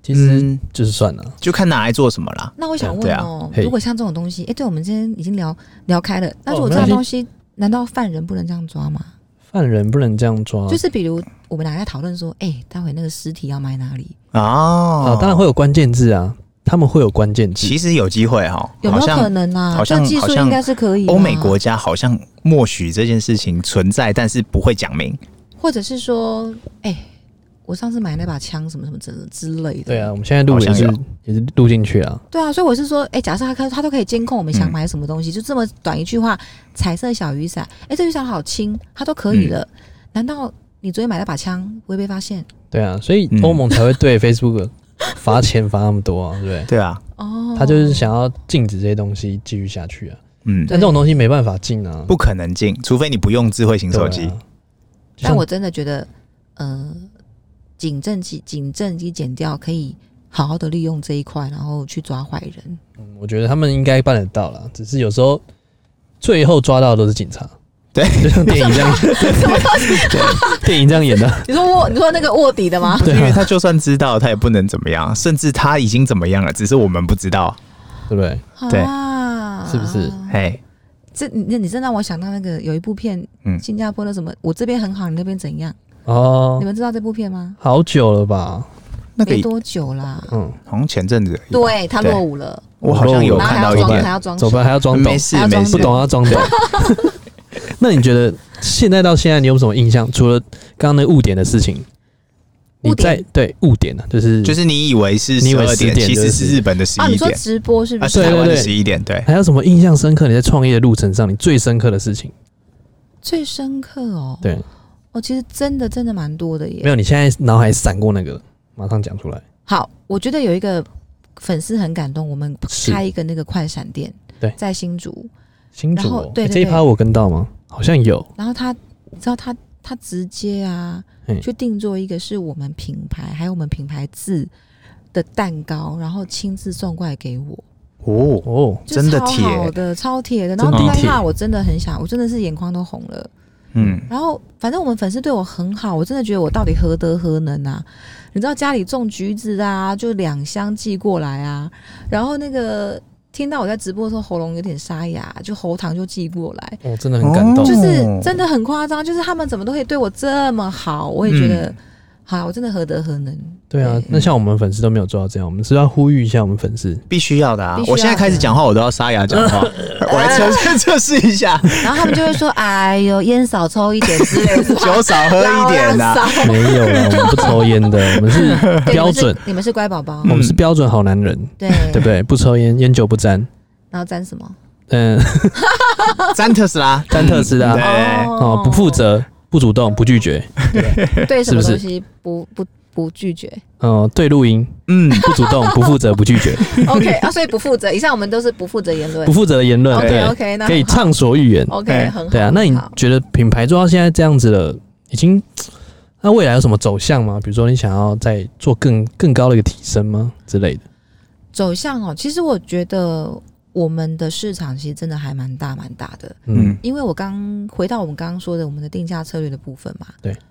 A: 其实
B: 嗯
A: 就是算了，
B: 就看拿来做什么啦。
C: 那我想
B: 对
C: 问
B: 啊
C: 哦，
A: 嘿
C: 如果像这种东西，哎、对我们今天已经聊聊开了，那如果
A: 没
C: 这
A: 关
C: 种
A: 系
C: 东西，难道犯人不能这样抓吗？
A: 犯人不能这样
B: 哦
A: 抓。啊
C: 就是比如我们俩在讨论说，哎、待会那个尸体要埋哪里？
A: 啊
B: 哦，，
A: 当然会有关键字啊，他们会有关键字。
B: 其实有机会哈，
C: 有
B: 好
C: 没有可
B: 像
C: 能啊？
B: 好像
C: 这技术应该是可以吧。
B: 欧美国家好像默许这件事情存在，但是不会讲明。
C: 或者是说，哎、我上次买那把枪什么什么之之类的。
A: 对啊，我们现在录也
B: 好
A: 是
B: 像
A: 也是录进去啊。
C: 对啊，所以我是说，哎、假设他看他都可以监控我们想买什么东
A: 嗯
C: 西，就这么短一句话，彩色小雨伞，哎、这雨伞好轻，他都可以了。
A: 嗯
C: 难道你昨天买那把枪不会被发现？
A: 对啊，所以
B: 嗯
A: 欧盟才会 对 Facebook 罚钱罚那么多啊，对不对？
B: 对啊，
C: 哦，
A: 他就是想要禁止这些东西继续下去啊。
B: 嗯，
A: 但这种东西没办法禁啊，
B: 不可能进，除非你不用智慧型手
A: 对
B: 机
A: 啊。。就
C: 但
A: 像
C: 我真的觉得，呃，警政机警政机减掉可以好好的利用这一块，然后去抓坏人。
A: 嗯我觉得他们应该办得到啦，只是有时候最后抓到的都是警察。
B: 对，
A: 就像电影这 样，电影这样演的。
C: 你说卧，你说那个卧底的吗？
A: 对
B: 因为
A: 啊，
B: 他就算知道，他也不能怎么样，甚至他已经怎么样了，只是我们不知道。
A: 对不 对？
B: 对
C: 啊
A: 是不是
B: 哎，
C: 这你那你真让我想到那个有一部片，
B: 嗯
C: 新加坡的什么，我这边很好，你那边怎样？
A: 哦
C: 你，们知道这部片吗？
A: 好久了吧？
B: 那个
C: 没多久啦，
A: 嗯，
B: 好像前阵子而已，
C: 对他
B: 对
C: 落伍了，
B: 我好像有看
A: 我
B: 到一
C: 然后
A: 落伍
C: 还
B: 点，
C: 要装，还
A: 走
C: 要装什
A: 吧，
C: 么
A: 还要装懂
B: 没，事
C: 还要
B: 没
C: 装
B: 事
A: 不，懂要装懂。那你觉得现在到现在，你有什么印象？除了刚刚那误点的事情，你
C: 误点
A: 在对误点呢，就是
B: 就是你以为是
A: 你以
B: 十
A: 为
B: 二点，
A: 10点
B: 其
A: 就
B: 实是
A: 是
B: 日本的十
C: 啊，
B: 一
C: 你说
B: 点，
C: 直播是不
B: 啊，
C: 是？
B: 是台湾
A: 对
B: 的
A: 对
B: 十一点，对。
A: 还有什么印象深刻？你在创业的路程上，你最深刻的事情？
C: 最深刻哦，
A: 对，
C: 哦，其实真的真的蛮多的耶
A: 没。有，你现在脑海闪过那个，马上讲出来。
C: 好，我觉得有一个粉丝很感动，我们
A: 是
C: 开一个那个快闪店，
A: 对
C: 在新竹，
A: 新竹
C: 然后
A: 哦、
C: 对
A: 诶
C: 对
A: 这一
C: 对
A: 趴我跟到吗？好像有，
C: 然后他，你知道他他直接啊
A: 嗯，
C: 去定做一个是我们品牌还有我们品牌字的蛋糕，然后亲自送过来给我，
B: 哦，
A: 哦，
C: 就
B: 真
C: 是
B: 的
C: 超
B: 铁
C: 好的，超铁的。
A: 真
C: 然
A: 的
C: 后那一
A: 铁
C: 下我真的很想，我真的是眼眶都红了。
B: 嗯，
C: 然后反正我们粉丝对我很好，我真的觉得我到底何德何能啊？你知道家里种橘子啊，就两箱寄过来啊，然后那个听到我在直播的时候喉咙有点沙哑，就喉糖就寄过来，
A: 我、真的很感动。
B: 哦
C: 就是真的很夸张，就是他们怎么都可以对我这么好，我也觉得。
B: 嗯
C: 好，我真的何德何能？
A: 对啊，那像我们粉丝都没有做到这样，我们是不是要呼吁一下我们粉 丝。
B: 必须要的啊
C: 必！须要
B: 我现在开始讲话，我都要沙哑讲话，我来测试测试一下，
C: 然后他们就会说：“ 哎呦，烟少抽一点之类的，是吧
B: 酒 少喝一点呐、
C: 老
B: 啊。
C: 人少
A: 没有啦，我们不抽烟的，我们是
C: 对
A: 标准，
C: 你们是你们是乖宝宝，
B: 嗯
A: 我们是标准好男人，
C: 对
A: 对不对？不抽烟，烟酒不沾。
C: 然后沾什么？
A: 嗯，
B: 詹特斯拉，
A: 沾特斯拉
B: 对
A: 哦，不负责，不主动，不拒绝。
C: 对什
A: 是不
C: 么东
A: 是
C: 西不不不拒绝
A: 嗯，对录音，
B: 嗯，
A: 不主 动，不负责，不拒绝，
C: ？OK 啊，所以不负责。以上我们都是不负责言论
A: 不。负责的言论，
C: OK
A: 对，
C: OK，那
A: 可以畅所欲言。
B: 对
C: OK 很好。
A: 对啊，那你
C: 很好
A: 觉得品牌做到现在这样子了，已经那未来有什么走向吗？比如说你想要再做更更高的一个提升吗之类的？
C: 走向哦？其实我觉得我们的市场其实真的还蛮大蛮大的，
A: 嗯
B: 嗯
C: 因为我刚回到我们刚刚说的我们的定价策略的部分嘛，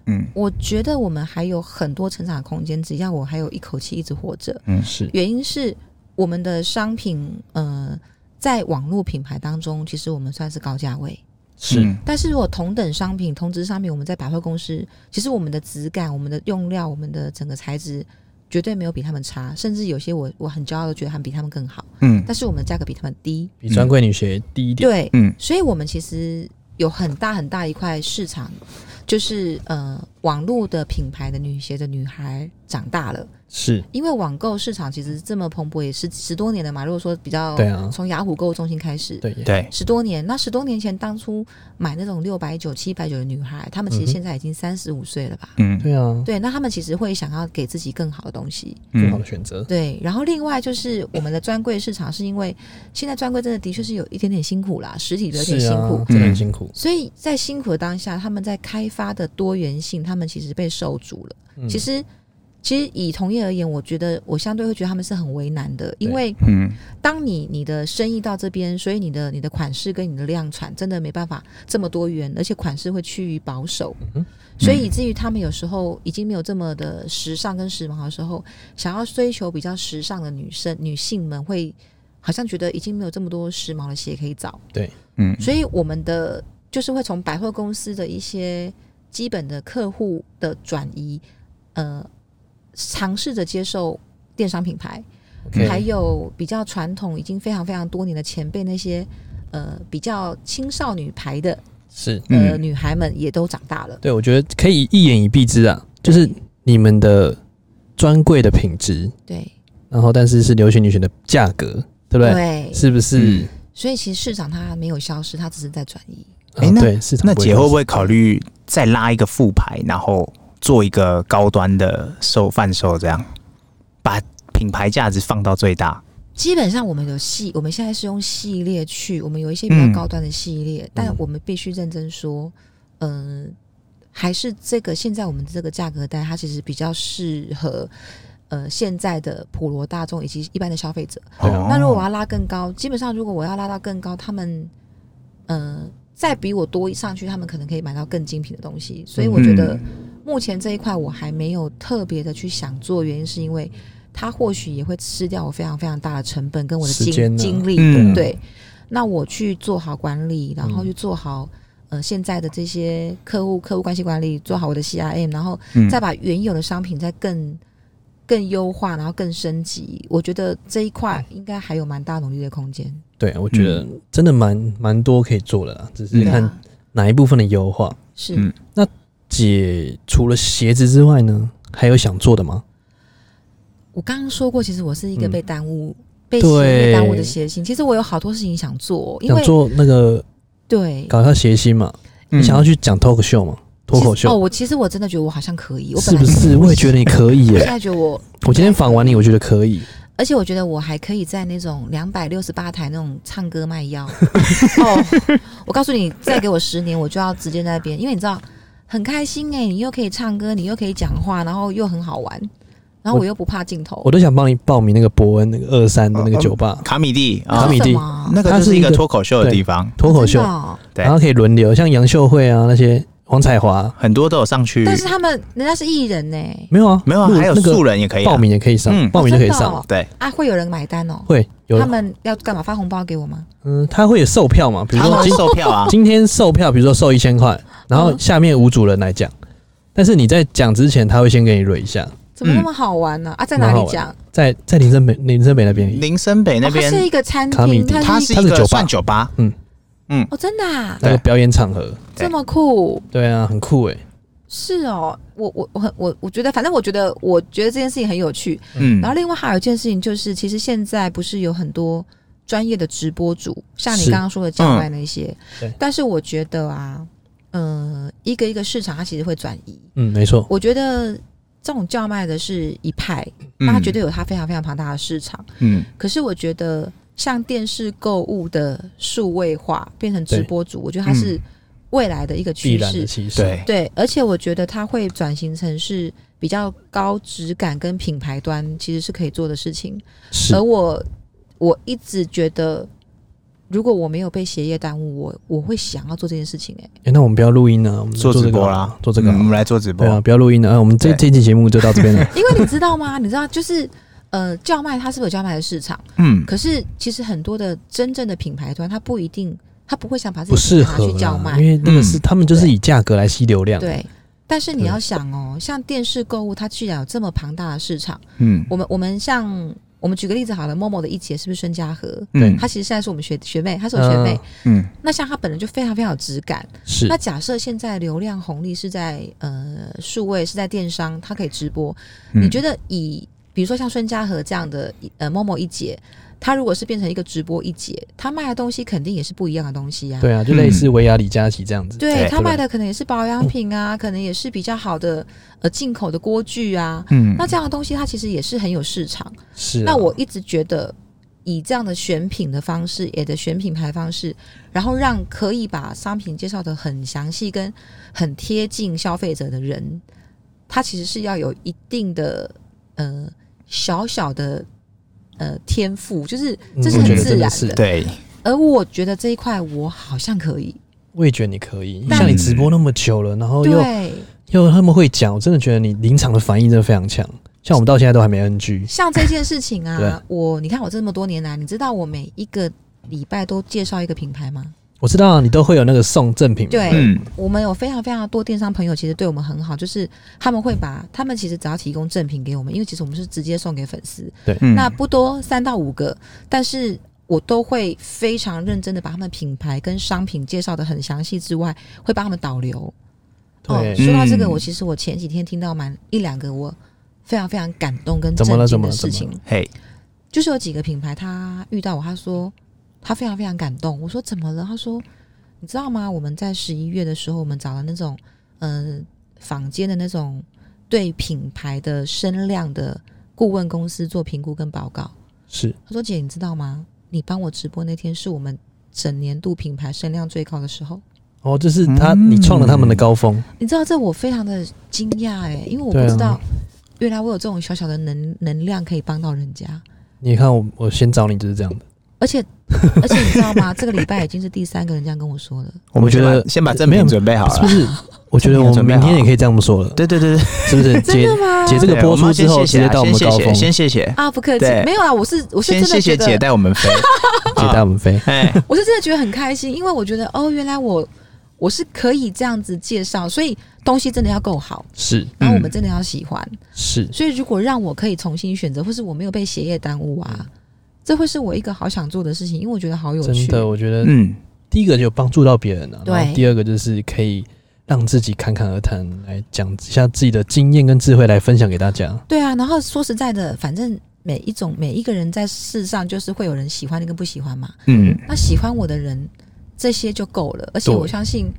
B: 嗯
C: 我觉得我们还有很多成长空间，只要我还有一口气一直活着。
B: 嗯，
A: 是
C: 原因是我们的商品，呃，在网络品牌当中，其实我们算是高价位。
A: 是
B: 嗯
C: 但是如果同等商品、同质商品，我们在百货公司，其实我们的质感、我们的用料、我们的整个材质，绝对没有比他们差，甚至有些我我很骄傲的觉得他们比他们更好，
B: 嗯
C: 但是我们的价格比他们低。
A: 比专柜女鞋低一点。
C: 对，
B: 嗯
C: 所以我们其实有很大很大一块市场，就是呃，网络的品牌的女鞋的女孩长大了，
A: 是，
C: 因为网购市场其实这么蓬勃也是十多年了嘛。如果说比较
A: 对啊，
C: 从雅虎购物中心开始，
A: 对，
B: 对，
C: 十多年，那十多年前当初买那种六百九、七百九的女孩，她们其
A: 嗯
C: 实
A: 哼
C: 现在已经三十五岁了吧？
B: 嗯
A: 对啊，
C: 对，那她们其实会想要给自己更好的东西。
A: 最好的
B: 嗯
A: 选择。
C: 对，然后另外就是我们的专柜市场，是因为现在专柜真的的确是有一点点辛苦啦，实体的有
A: 是
C: 点辛苦。
A: 啊，真的很
B: 嗯
A: 辛苦。
C: 所以在辛苦的当下，他们在开发的多元性，他们其实被受阻了。
A: 嗯
C: 其实，其实以同业而言，我觉得我相对会觉得他们是很为难的，因为
B: 嗯
C: 当你你的生意到这边，所以你的你的款式跟你的量产真的没办法这么多元，而且款式会趋于保守，
A: 嗯
C: 所以以至于他们有时候已经没有这么的时尚跟时髦的时候，想要追求比较时尚的女生女性们会好像觉得已经没有这么多时髦的鞋可以找。
B: 嗯，
C: 所以我们的就是会从百货公司的一些基本的客户的转移，呃，尝试着接受电商品牌，
A: OK
C: 还有比较传统已经非常非常多年的前辈那些呃比较青少女牌的
A: 是，
C: 呃、
B: 嗯
C: 女孩们也都长大了。
A: 对我觉得可以一言以蔽之啊，就是你们的专柜的品质，
C: 对
A: 然后但是是流行女鞋的价格，对不对？是不是
B: 嗯？
C: 所以其实市场它没有消失，它只是在转移。
A: 啊
B: 诶那
A: 对市场
B: 那姐会不
A: 会
B: 会考虑再拉一个副牌，然后做一个高端的售贩售，这样把品牌价值放到最大？
C: 基本上我们有系，我们现在是用系列去，我们有一些比较
B: 嗯
C: 高端的系列，但我们必须认真说，嗯、还是这个现在我们的这个价格带，它其实比较适合呃现在的普罗大众以及一般的消费者。
A: 对
B: 哦
A: 啊
C: 那如果我要拉更高，基本上如果我要拉到更高，他们嗯、呃再比我多上去，他们可能可以买到更精品的东西。所以我觉得目前这一块我还没有特别的去想做，原因是因为它或许也会吃掉我非常非常大的成本跟我的
A: 时间
C: 精
A: 啊
C: 精力。
B: 嗯
C: 对，那我去做好管理，然后
A: 嗯
C: 去做好。呃，现在的这些客户客户关系管理，做好我的 CRM，然后
B: 嗯
C: 再把原有的商品再更更优化，然后更升级。我觉得这一块应该还有蛮大努力的空间。
A: 对，我觉得真的蛮蛮多可以做的啦，只是
B: 嗯
C: 对
A: 看
C: 啊，
A: 哪一部分的优化。
C: 是、
B: 嗯
A: 姐除了鞋子之外呢，还有想做的吗？
C: 我刚刚说过，其实我是一个
A: 嗯
C: 被耽误、被
A: 对
C: 鞋业耽误的谐星。其实我有好多事情想做，因
A: 想
C: 为
A: 做那个
C: 对
A: 搞笑谐星嘛？
B: 嗯
A: 你想要去讲脱口秀嘛？脱口
C: 其实哦，
A: 秀
C: 我其实我真的觉得我好像可哦以，我本
A: 是
C: 来
A: 不是？我也觉得你可以
C: 我现
A: 耶。
C: 在觉得我，
A: 我今天访完你，我觉得可以。
C: 而且我觉得我还可以在那种两百六十八台那种唱歌卖 药。哦，我告诉你，再给我十年，我就要直接在那边，因为你知道很开心哎、你又可以唱歌，你又可以讲话，然后又很好玩，然后我又不怕镜头
A: 我。都想帮你报名那个伯恩那个二三的
B: 哦
A: 那个酒吧
B: 卡米蒂
C: 那
B: 啊
A: 卡，米
C: 是
A: 蒂
C: 什么啊
B: 那个
A: 它
B: 就是是一
A: 一
B: 个
A: 个
B: 脱口秀的
A: 对
B: 地方，
A: 脱口秀
C: 真的，哦
B: 对
A: 然后可以轮流，像杨秀慧啊那些，王彩华
B: 很多都有上去，
C: 但是他们人家是艺人欸呢、
A: 没有啊？
B: 没有啊
A: 录
B: 还有
A: 那个
B: 素人也可以啊
A: 报名也可以上，
B: 嗯
A: 报名就可以
C: 哦真
A: 上
C: 的
A: 了
C: 哦。
B: 对，
C: 啊，会有人买单哦。
A: 会有
C: 他们要干嘛发红包给我吗？
A: 嗯，他会有售票嘛？比如
B: 他
A: 说
B: 们
A: 今
B: 售票啊，
A: 今天售票，比如说售一千块，然后
C: 哦嗯
A: 下面五组人来讲，但是你在讲之前，他会先给你蕊一下，
C: 怎么那么好玩呢、啊？在
A: 嗯
C: 哪
A: 蛮好
C: 里
A: 玩
C: 讲？
A: 在在林森北林森北那边，
B: 林森北那
C: 哦、它是
B: 边
C: 一个餐
A: 卡米
C: 厅，
A: 迪
C: 它
B: 它
C: 是
B: 是一
C: 一
A: 它是酒
B: 个
A: 吧
B: 算酒吧，
C: 哦，真的、啊、
A: 那个
B: 对
A: 表演场合，
B: 对
C: 这么酷。
A: 对啊，很酷诶。
C: 是哦，我我我很我我觉得，反正我觉得，我觉得这件事情很有趣。
B: 嗯
C: 然后另外还有一件事情就是，其实现在不是有很多专业的直播主，像你
A: 是
C: 刚刚说的叫卖那些，
A: 对
C: 但是我觉得啊，嗯、一个一个市场它其实会转移。
A: 嗯，没错，
C: 我觉得这种叫卖的是一派，
B: 嗯
C: 那它绝对有它非常非常庞大的市场。
B: 嗯
C: 可是我觉得，像电视购物的数位化变成
A: 对
C: 直播主，我觉得它是未来的一个
A: 嗯必
C: 趋
A: 然的
C: 势。
A: 趋势，
B: 对，
C: 对，而且我觉得它会转型成是比较高质感跟品牌端其实是可以做的事情。
A: 是
C: 而我我一直觉得，如果我没有被鞋业耽误，我我会想要做这件事情、欸。
A: 诶那我们不要录音了，我们
B: 做
A: 这
B: 直
A: 个
B: 播
A: 好
B: 啦
A: 了，做这个
B: 嗯
A: 好了
B: 我
A: 哎
B: 们来做直播
A: 对，啊，不要录音了，啊，我们这
B: 对
A: 这期节目就到这边了
C: ，因为你知道吗？你知道就是。呃，叫卖它是不是有叫卖的市场？
B: 嗯，
C: 可是其实很多的真正的品牌端，它不一定，它不会想把自
A: 不
C: 己
A: 适
C: 的品牌
A: 合
C: 拿去叫
A: 啦，
C: 卖
A: 因。为那
B: 嗯
A: 个是、他们就是以价格来吸流量。，
C: 对，但是你
A: 对
C: 要想哦，像电视购物，它居然有这么庞大的市场。
B: 嗯
C: 我们我们像我们举个例子好了，某某的一姐是不是孙家和？
B: 嗯
C: 她其实现在是我们学学妹，她是我学妹。
B: 嗯
C: 那像她本人就非常非常有质感。
A: 是
C: 那假设现在流量红利是在呃数位，是在电商，它可以直播。
B: 嗯，
C: 你觉得以比如说像孙家和这样的呃某某一姐，她如果是变成一个直播一姐，她卖的东西肯定也是不一样的东西呀、
A: 对啊，就类似
B: 嗯
A: 维亚李佳琦这样子。
C: 对
B: 对
C: 她
A: 对吧
C: 卖的可能也是保养品啊，可能也是比较好的呃进口的锅具啊。
B: 嗯
C: 那这样的东西它其实也是很有市场。
A: 是啊、
C: 那我一直觉得，以这样的选品的方式，也的选品牌方式，然后让可以把商品介绍的很详细跟很贴近消费者的人，他其实是要有一定的呃小小的呃天赋，就是这是
A: 嗯我
C: 很
A: 觉得
C: 自
A: 真的
C: 然
A: 是
C: 的。
B: 对，
C: 而我觉得这一块我好像可以，
A: 我也觉得你可以，
C: 但
A: 像你直播那么久了，然哦后又
C: 对，
A: 又那么会讲，我真的觉得你临场的反应真的非常强。像我们到现在都还没 NG，
C: 像这件事情
A: 对
C: 啊，我你看我这么多年来，你知道我每一个礼拜都介绍一个品牌吗？
A: 我知道你都会有那个送赠品嘛，
C: 对
B: 嗯
C: 我们有非常非常多电商朋友，其实对我们很好，就是他们会把他们其实只要提供赠品给我们，因为其实我们是直接送给粉丝，
B: 嗯，
C: 那不多三到五个，但是我都会非常认真的把他们品牌跟商品介绍的很详细之外，会帮他们导流。哦
A: 对，
C: 说到这个，
B: 嗯
C: 我其实我前几天听到蛮一两个我非常非常感动跟
A: 怎么了
C: 震惊
A: 怎么
C: 的
A: 了
C: 事情，
B: 嘿，
C: 就是有几个品牌，他遇到我，他说他非常非常感动。我说怎么了？他说你知道吗？我们在十一月的时候，我们找了那种嗯、呃坊间的那种对品牌的声量的顾问公司做评估跟报告。
A: 是
C: 他说姐，你知道吗？你帮我直播那天是我们整年度品牌声量最高的时候。
A: 哦，就是他，
B: 嗯
A: 你创了他们的高峰，
C: 你知道这我非常的惊讶哎，因为我不
A: 对啊
C: 知道原来我有这种小小的能能量可以帮到人家。
A: 你看我，我先找你就是这样的，
C: 而且而且你知道吗？这个礼拜已经是第三个人这样跟我说了。
B: 我们
A: 觉
B: 先
A: 得
B: 把先把
A: 这
B: 正
A: 没有
B: 品准备好
A: 是不
B: 了，
A: 是？我 觉得我们明天也可以这么说了，
B: 对对对对，
A: 是不 是？姐
C: 吗
A: 姐这个
B: 对
A: 播
B: 我们
A: 出之
B: 要先
A: 后，
B: 谢
A: 直
B: 谢
A: 接
B: 啊
A: 到我们
B: 先
A: 高
B: 谢谢
A: 峰，
B: 先谢谢，
C: 啊，不客气
B: 对，
C: 没有啦，我是我是
B: 先
C: 真
B: 谢
C: 的
B: 谢
C: 觉
B: 姐
C: 得，
B: 带我们 飞，
A: 姐带我们飞，
B: 哎，
C: 我是真的觉得很开心，因为我觉得哦，原来我我是可以这样子介绍，所以东西真的要够好，
A: 是
C: 然后我
B: 嗯
C: 们真的要喜欢，
A: 是，
C: 所以如果让我可以重新选择，或是我没有被鞋业耽误啊，这会是我一个好想做的事情，因为我觉得好有
A: 真
C: 趣。
A: 的，我觉得
B: 嗯，
A: 第一个就帮助到别人了、啊，
C: 对
A: 然后第二个就是可以让自己侃侃而谈，来讲一下自己的经验跟智慧，来分享给大家。
C: 对啊，然后说实在的，反正每一种每一个人在世上就是会有人喜欢的跟不喜欢嘛，
B: 嗯，
C: 那喜欢我的人，这些就够了。而且
A: 对
C: 我相信，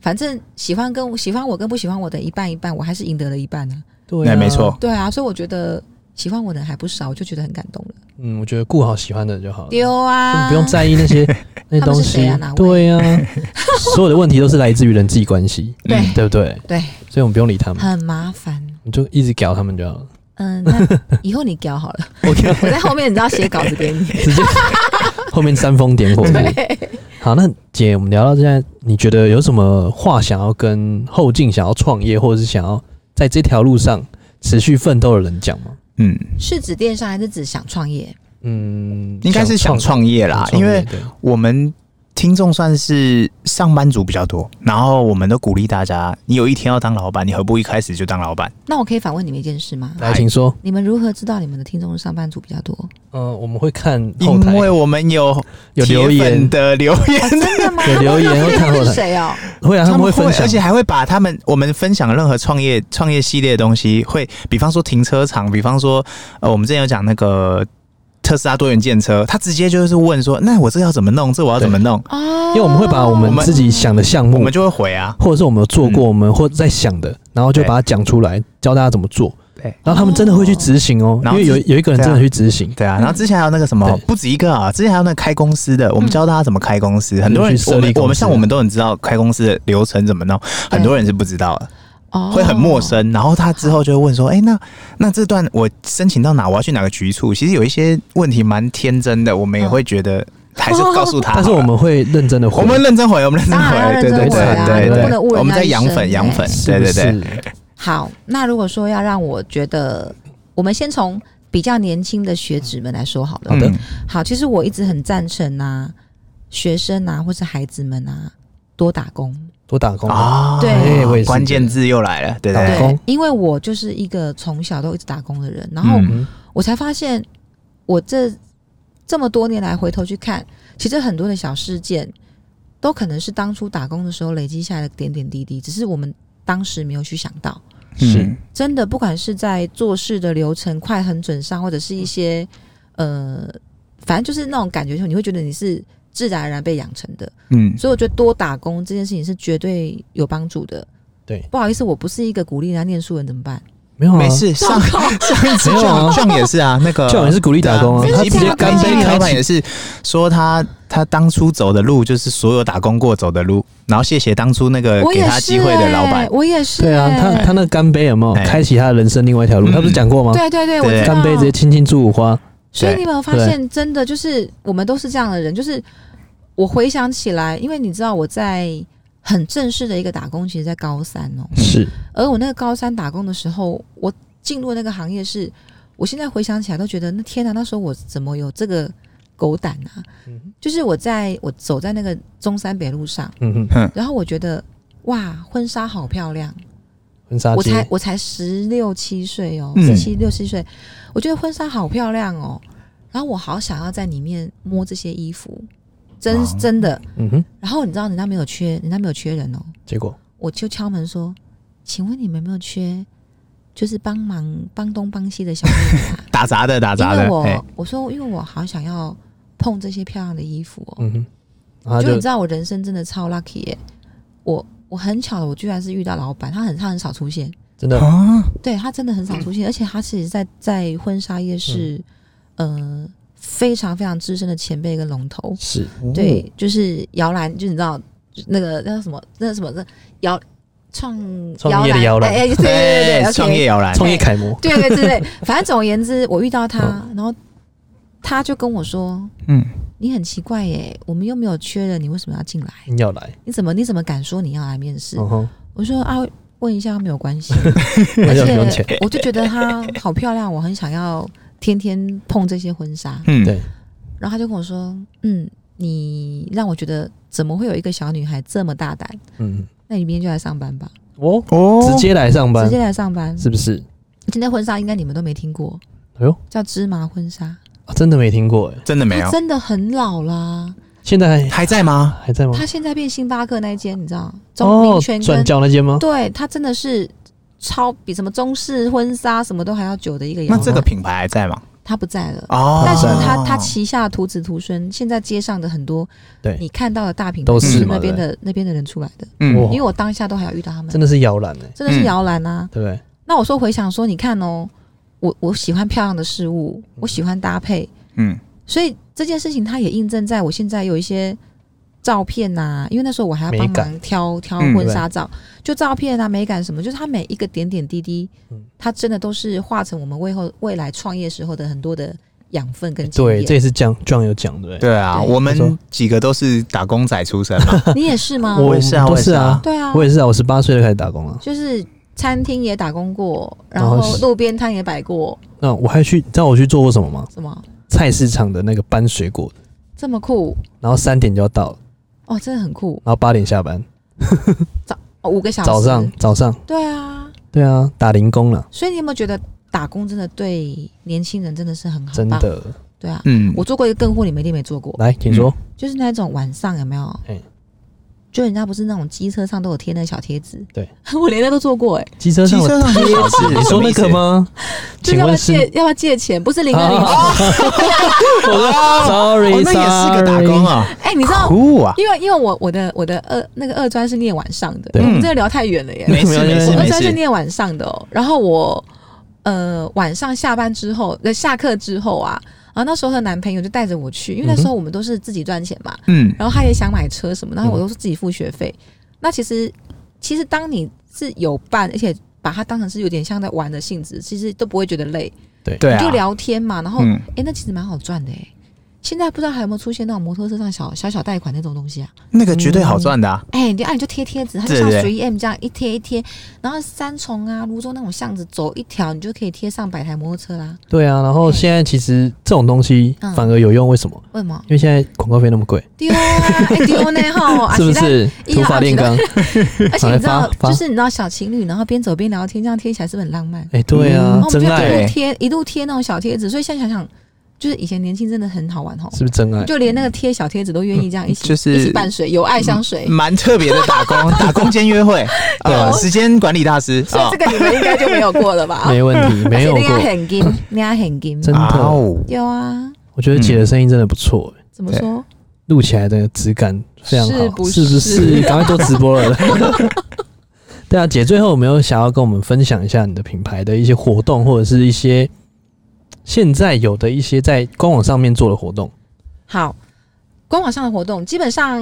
C: 反正喜欢跟喜欢我跟不喜欢我的一半一半，我还是赢得了一半呢、啊
A: 对、
B: 那哎没错，
C: 对啊，所以我觉得喜欢我的人还不少，我就觉得很感动了。
A: 嗯，我觉得顾好喜欢的就好了，
C: 丢啊，
A: 就不用在意那些那些
C: 他们
A: 东
C: 是
A: 西。
C: 谁啊哪位
A: 对呀、 所有的问题都是来自于人际关系，
C: 对
A: 对不对？
C: 对，
A: 所以我们不用理他们，
C: 很麻烦。
A: 我们就一直搞他们就好了。
C: 嗯，那以后你搞好了，
A: OK，
C: 我在后面你知道写稿子给你。
A: 直接 后面煽风点火是不是。
C: 对，
A: 好，那姐，我们聊到现在，你觉得有什么话想要跟后进想要创业，或者是想要在这条路上持续奋斗的人讲吗？
B: 嗯，
C: 是指电商还是指想创业？
A: 嗯，
B: 应该是想创业啦，
A: 想
B: 因
A: 创
B: 为
A: 业对
B: 我们听众算是上班族比较多，然后我们都鼓励大家，你有一天要当老板，你何不一开始就当老板？
C: 那我可以反问你们一件事吗？
A: 来，请说。
C: 你们如何知道你们的听众是上班族比较多？
A: 嗯、我们会看后
B: 因
A: 台
B: 为我们有
A: 有
B: 铁
A: 留言
B: 粉，的留言，
C: 真 的吗？
A: 有留言会
C: 我不知道
A: 看后
C: 是
A: 台，
C: 谁哦？
A: 会啊，他们会分享
B: 而，且还会把他们我们分享任何创业创业系列的东西，会比方说停车场，比方说呃，我们之前有讲那个特斯拉多元建车，他直接就是问说，那我这个要怎么弄？这我要怎么弄？
C: 哦，
A: 因为我们会把我们自己想的项
B: 我
A: 目
B: 们，就会回啊，
A: 或者是我们有做过，
B: 嗯
A: 我们或在想的，然后就把它讲出来，教大家怎么做。
B: 对
A: 然后他们真的会去执行哦，因
B: 嗯然后
A: 为有
B: 自
A: 有一个人真的
B: 对啊
A: 去执行，
B: 对啊。然后之前还有那个什么
A: 嗯对，嗯
B: 不止一个啊，之前还有那个开公司的，我们教大家怎么开公司，很多人
A: 去设
B: 我
A: 立
B: 们
A: 公司
B: 我们像我们都很知道开公司的流程怎么弄，很多人是不知道的。
C: 哦
B: 会很陌。生，然后他之后就会问说：“哎、那那这段我申请到哪？我要去哪个局处？”其实有一些问题蛮天真的，我们
C: 嗯
B: 也会觉得还是告诉他好 了、
A: 但是我们会认真的回。
B: 我们认真回，我们认真
C: 当然
B: 回，
C: 要
B: 对对
A: 认真回啊
B: 对
A: 你
B: 对
A: 不
B: 对，
C: 能误人
B: 我们在
C: 家一
B: 养粉
C: 生
B: 养
C: 欸
B: 粉，
A: 是
B: 对
A: 不
B: 对
A: 是
B: 对，
C: 好，那如果说要让我觉得，我们先从比较年轻的学子们来说好了。
A: 好的
B: 嗯
C: 好，其实我一直很赞成啊，学生啊，或是孩子们啊，多打工。
A: 多打工啊，
B: 啊，
C: 对
A: 哎我也是
B: 关键字又来了，对不
A: 打
B: 对？
A: 工
C: 因为我就是一个从小都一直打工的人，然后
B: 嗯
A: 嗯
C: 我才发现，我这这么多年来回头去看，其实很多的小事件，都可能是当初打工的时候累积下来的点点滴滴，只是我们当时没有去想到。
B: 嗯
A: 是
C: 真的，不管是在做事的流程快、很准上，或者是一些
A: 嗯
C: 呃，反正就是那种感觉，就你会觉得你是自然而然被养成的。
B: 嗯，
C: 所以我觉得多打工这件事情是绝对有帮助的。
A: 对
C: 不好意思，我不是一个鼓励人家念书人，怎么办？
A: 没有啊，
B: 没事，上 上一次
A: 没有啊
B: John John 也是啊，那个
A: 教人是鼓励打工啊
B: 对，
A: 他
B: 吉
A: 直
B: 普
A: 接干
B: 吉
A: 杯
B: 普老
A: 开
B: 板也
A: 启，
B: 是说他
A: 欸
B: 他当初走的路就是所有打工过走的路，然后谢谢当初那个
C: 我
B: 呃给
C: 也
B: 他
C: 是、
B: 机会的老板
C: 欸，。我也是、欸。
A: 对啊，他他那个干杯有没有
B: 哎
A: 开启他的人生另外一条路？
B: 嗯
A: 他不是讲过吗？
C: 对对对，我
B: 对
C: 知道
A: 干杯直接亲亲祝五花，
C: 所以
B: 对
C: 你有没有发现，真的就是我们都是这样的人？就是我回想起来，因为你知道我在很正式的一个打工，其实在高三哦、
B: 嗯
A: 是
C: 而我那个高三打工的时候，我进入那个行业是，我现在回想起来都觉得，那天哪，啊那时候我怎么有这个狗胆啊？
A: 嗯
C: 就是我在我走在那个中山北路上，
A: 嗯哼，
C: 然后我觉得哇，婚纱好漂亮。
A: 婚纱
C: 我
A: 街
C: 才我才十六七岁哦，
B: 嗯
C: 十七六七岁，我觉得婚纱好漂亮哦，然后我好想要在里面摸这些衣服，真
B: 哇
C: 真的。
A: 嗯哼，
C: 然后你知道人家没有缺，人家没有缺人哦，
A: 结果
C: 我就敲门说：“请问你们有没有缺，就是帮忙帮东帮西的小妹妹啊？
B: 打杂 的打
C: 因
B: 杂的
C: 为，
B: 哎
C: 我我说因为我好想要碰这些漂亮的衣服哦。
A: 嗯哼，然后
C: 就你
A: 他就
C: 知道我人生真的超 lucky 耶、我我很巧的，我居然是遇到老板，他很他很少出现。”
A: 真的
B: 啊，
C: 对他真的很少出现，而且他其实在在婚纱业是，
B: 嗯
C: 呃，非常非常资深的前辈跟龙头。
A: 是嗯
C: 对，就是摇篮，就你知道那个那叫什么，那什么那摇创
A: 创业的摇篮
C: 哎哎对
B: 哦，
C: 对对对，
B: 哎创业，摇篮，
A: 创业楷模，
C: 对对对对，反正总而言之，我遇到他，
A: 嗯
C: 然后他就跟我说
B: 嗯，：“
C: 你很奇怪耶，我们又没有缺人，你为什么要进来？
A: 硬要来，
C: 你怎么你怎么敢说你要来面试？”
A: 嗯哼，
C: 我说啊，问一下没有 关系，
A: 而
C: 而
A: 且不用钱
C: 且我就觉得她好漂亮，我很想要天天碰这些婚纱。
B: 嗯，
A: 对
C: 然后他就跟我说，嗯，你让我觉得怎么会有一个小女孩这么大胆？
A: 嗯，
C: 那你明天就来上班吧，
A: 哦，
B: 哦
A: 直接来上
C: 直
A: 班
C: 接来上班。
A: 是不是？
C: 今天婚纱应该你们都没听过，
A: 哎呦，
C: 叫芝麻婚纱，
A: 啊真的没听过哎，
B: 真的没
C: 它
B: 有，
C: 真的很老啦。
A: 现在还
B: 还在吗？
A: 还在吗？
C: 它现在变星巴克那一间，你知道？中
A: 哦
C: 民，圈跟、
A: 转角那间吗？
C: 对，它真的是超比什么中式婚纱什么都还要久的一个摇
B: 那
C: 篮。
B: 这个品牌还在吗？
C: 它不在了。
B: 哦，
C: 但是他他旗下的徒子徒孙，现在街上的很多
A: 对
C: 你看到的大品牌
A: 都
C: 就是是
A: 嘛
C: 那边的那边的人出来的，
A: 哇
B: 嗯
A: 哦
C: 因为我当下都还有遇到他们，
A: 真的是摇篮哎，
C: 真的是摇篮啊。
A: 对不对？
C: 那我说回想说，你看哦，我我喜欢漂亮的事物，
A: 嗯
C: 我喜欢搭配，
B: 嗯
C: 所以这件事情它也印证在我现在有一些。照片呐、因为那时候我还要帮
A: 美
C: 忙
A: 感
C: 挑挑
B: 嗯
C: 婚纱照，就照片啊、美感什么，就是它每一个点点滴滴
A: 嗯，
C: 它真的都是化成我们未后未来创业时候的很多的养分跟经
A: 对，
C: 验。
A: 这也是酱酱有讲欸对不对？
B: 对啊，
C: 对
B: 我
A: 没错
B: 们几个都是打工仔出身嘛，
C: 你也是吗？
A: 我
B: 也是啊，
A: 都
B: 我也
A: 是啊
C: 对啊，
A: 我也是啊，我十八岁就开始打工了。
C: 就是餐厅也打工过，然
A: 然后
C: 后
A: 哦是
C: 路边摊也摆过，
A: 那我还去，你知道我去做过什么吗？
C: 什么
A: 菜市场的那个搬水果，
C: 这么酷
A: 然后三点就要到了，
C: 哦，真的很酷
A: 然后八点下班，
C: 哦，五个小时
A: 早上早上，
C: 对啊，
A: 对啊，打零工了，
C: 所以你有没有觉得打工真的对年轻人真的是很好？
A: 真，的。
C: 对啊，
B: 嗯，
C: 我做过一个更货，你们一定没做过，
A: 来，请说，
C: 就是那种晚上有没有
A: 嘿？
C: 就人家不是那种机车上都有贴那个小贴纸，
A: 对
C: 我连那都做过哎、
A: 机车
B: 机
A: 上有
B: 车上
A: 贴
B: 贴纸，
A: 你说那个吗？
C: 就
A: 请
C: 要不
A: 问
C: 要
A: 是
C: 借要不要借钱？不是零二零，
A: 啊我说 sorry，
B: 哦，那也是个打工
A: sorry
B: 啊，
C: 哎、你知道
B: 酷啊！
C: 因为因为我我的我的二那个二专是念晚上的，
A: 对啊
C: 我
B: 嗯
C: 们真的聊太远了耶。
B: 没事没
A: 我
B: 事
C: 我二
B: 没
C: 专是
B: 事，
C: 念晚上的、哦，然后我呃晚上下班之后，呃下课之后啊，然后那时候的男朋友就带着我去，因为那时候我们都是自己赚钱嘛，
B: 嗯，
C: 然后他也想买车什么，然后我都是自己付学费。那其实其实当你是有伴，而且把它当成是有点像在玩的性质，其实都不会觉得累，
B: 对
C: 你
B: 啊，
C: 就聊天嘛，然后哎、
B: 嗯
C: 诶那其实蛮好赚的哎、现在不知道还有没有出现那种摩托车上小小小贷款那种东西啊？
B: 那个绝对好赚的啊！
C: 哎、你就哎、你就贴贴纸，它就
B: 对
C: 像
B: 对对
C: 随 M 这样一贴一贴，然后三重啊、泸州那种巷子走一条，你就可以贴上百台摩托车啦。
A: 对啊，然后现在其实这种东西
C: 嗯
A: 反而有用，为什么？
C: 为 什么
A: 因为现在广告费那么贵，
C: 丢啊？哎丢呢吼，
A: 是不是？
C: 一
A: 土法炼钢，
C: 而且你知道
A: 发，发
C: 就是你知道小情侣，然后边走边聊天，这样贴起来是不是很浪漫？
A: 哎，对啊
C: 然后，我们
A: 真
C: 就
A: 爱
C: 一
B: 对
A: 欸，
C: 路贴一路贴那种小贴纸，所以现在想想，就是以前年轻真的很好玩哦，
A: 是不是真爱？
C: 就连那个贴小贴纸都愿意这样一
A: 嗯
C: 起，
B: 就是
C: 一起伴随，有爱相随。
B: 蛮特别的打 工，打工兼约会，啊，时间管理大师
C: 所以这个你们应该就没有过了吧？
A: 没问 题，没有
C: 而且那
A: 过
C: 个。很金，那个很金。
A: 真的
B: 啊哦，
C: 有啊，
A: 我觉得姐的声音真的不错，欸
C: 怎么说？
A: 录起来的质感非常
C: 嗯是
A: 好，
C: 不
A: 是不是？
C: 是
A: 赶快做直播了。 对啊，姐，最后有没有想要跟我们分享一下你的品牌的一些活动，或者是一些现在有的一些在官网上面做的活动？
C: 好，官网上的活动基本上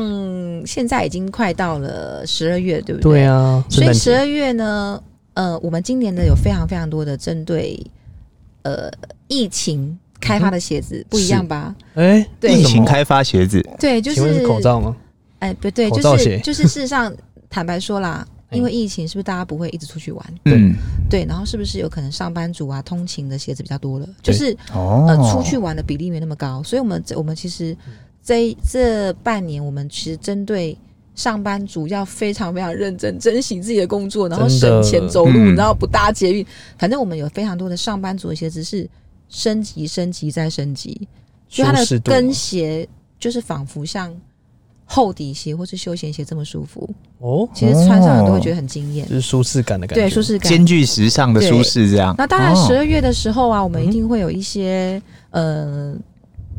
C: 现在已经快到了十二月，对不
A: 对啊，圣
C: 所以
A: 诞
C: 十
A: 节
C: 二月呢，呃，我们今年呢有非常非常多的针对呃疫情开发的鞋子，不一样吧？
A: 哎，
C: 对
A: 为
B: 疫
A: 什
B: 情
A: 么
B: 开发鞋子，
C: 对，就
A: 请问
C: 是
A: 是口，罩吗？
C: 哎、不对，
A: 口罩
C: 就
A: 鞋
C: 是就是事实上，坦白 说啦，
A: 哎
C: 因为疫情，是不是大家不会一直出去玩？
B: 嗯，
C: 对，然后是不是有可能上班族啊通勤的鞋子比较多了？
A: 对
C: 就是
B: 哦
C: 呃，出去玩的比例没那么高，所以我们这我们其实这这半年，我们其实针对上班族要非常非常认真珍惜自己的工作，然后
A: 真的
C: 省钱走路，
B: 嗯
C: 然后不搭捷运。反正我们有非常多的上班族的鞋子是升级、升级再升级，就它
A: 舒适
C: 的
A: 度吗啊
C: 跟鞋就是仿佛像厚底鞋或是休闲鞋这么舒服，
A: 哦，
C: 其实穿上了都会觉得很惊艳
A: 就，是舒适感的感觉，
C: 对舒适感。
B: 兼具时尚的舒适，这样。
C: 那当然，
B: 哦
C: 十二月的时候啊，我们
A: 嗯
C: 一定会有一些、呃，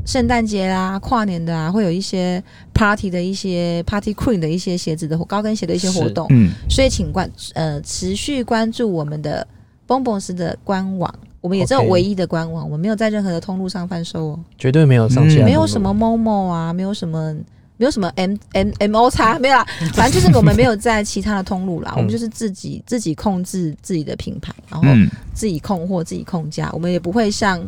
C: 圣诞节啦、跨年的啊，会有一些 party 的一些 party queen 的一些鞋子的高跟鞋的一些活动，
B: 嗯，
C: 所以请关呃持续关注我们的 Bonbons 的官网。我们也只有
A: OK
C: 唯一的官网，我们没有在任何的通路上贩售哦，
A: 绝对没有上线，
B: 嗯
C: 没有什么 Momo 啊，没有什么，没有什么 M M M O 叉，没有啦，反正就是我们没有在其他的通路啦，我们
A: 嗯
C: 就是自己自己控制自己的品牌，然后
B: 嗯，
C: 自己控货、自己控价，我们也不会像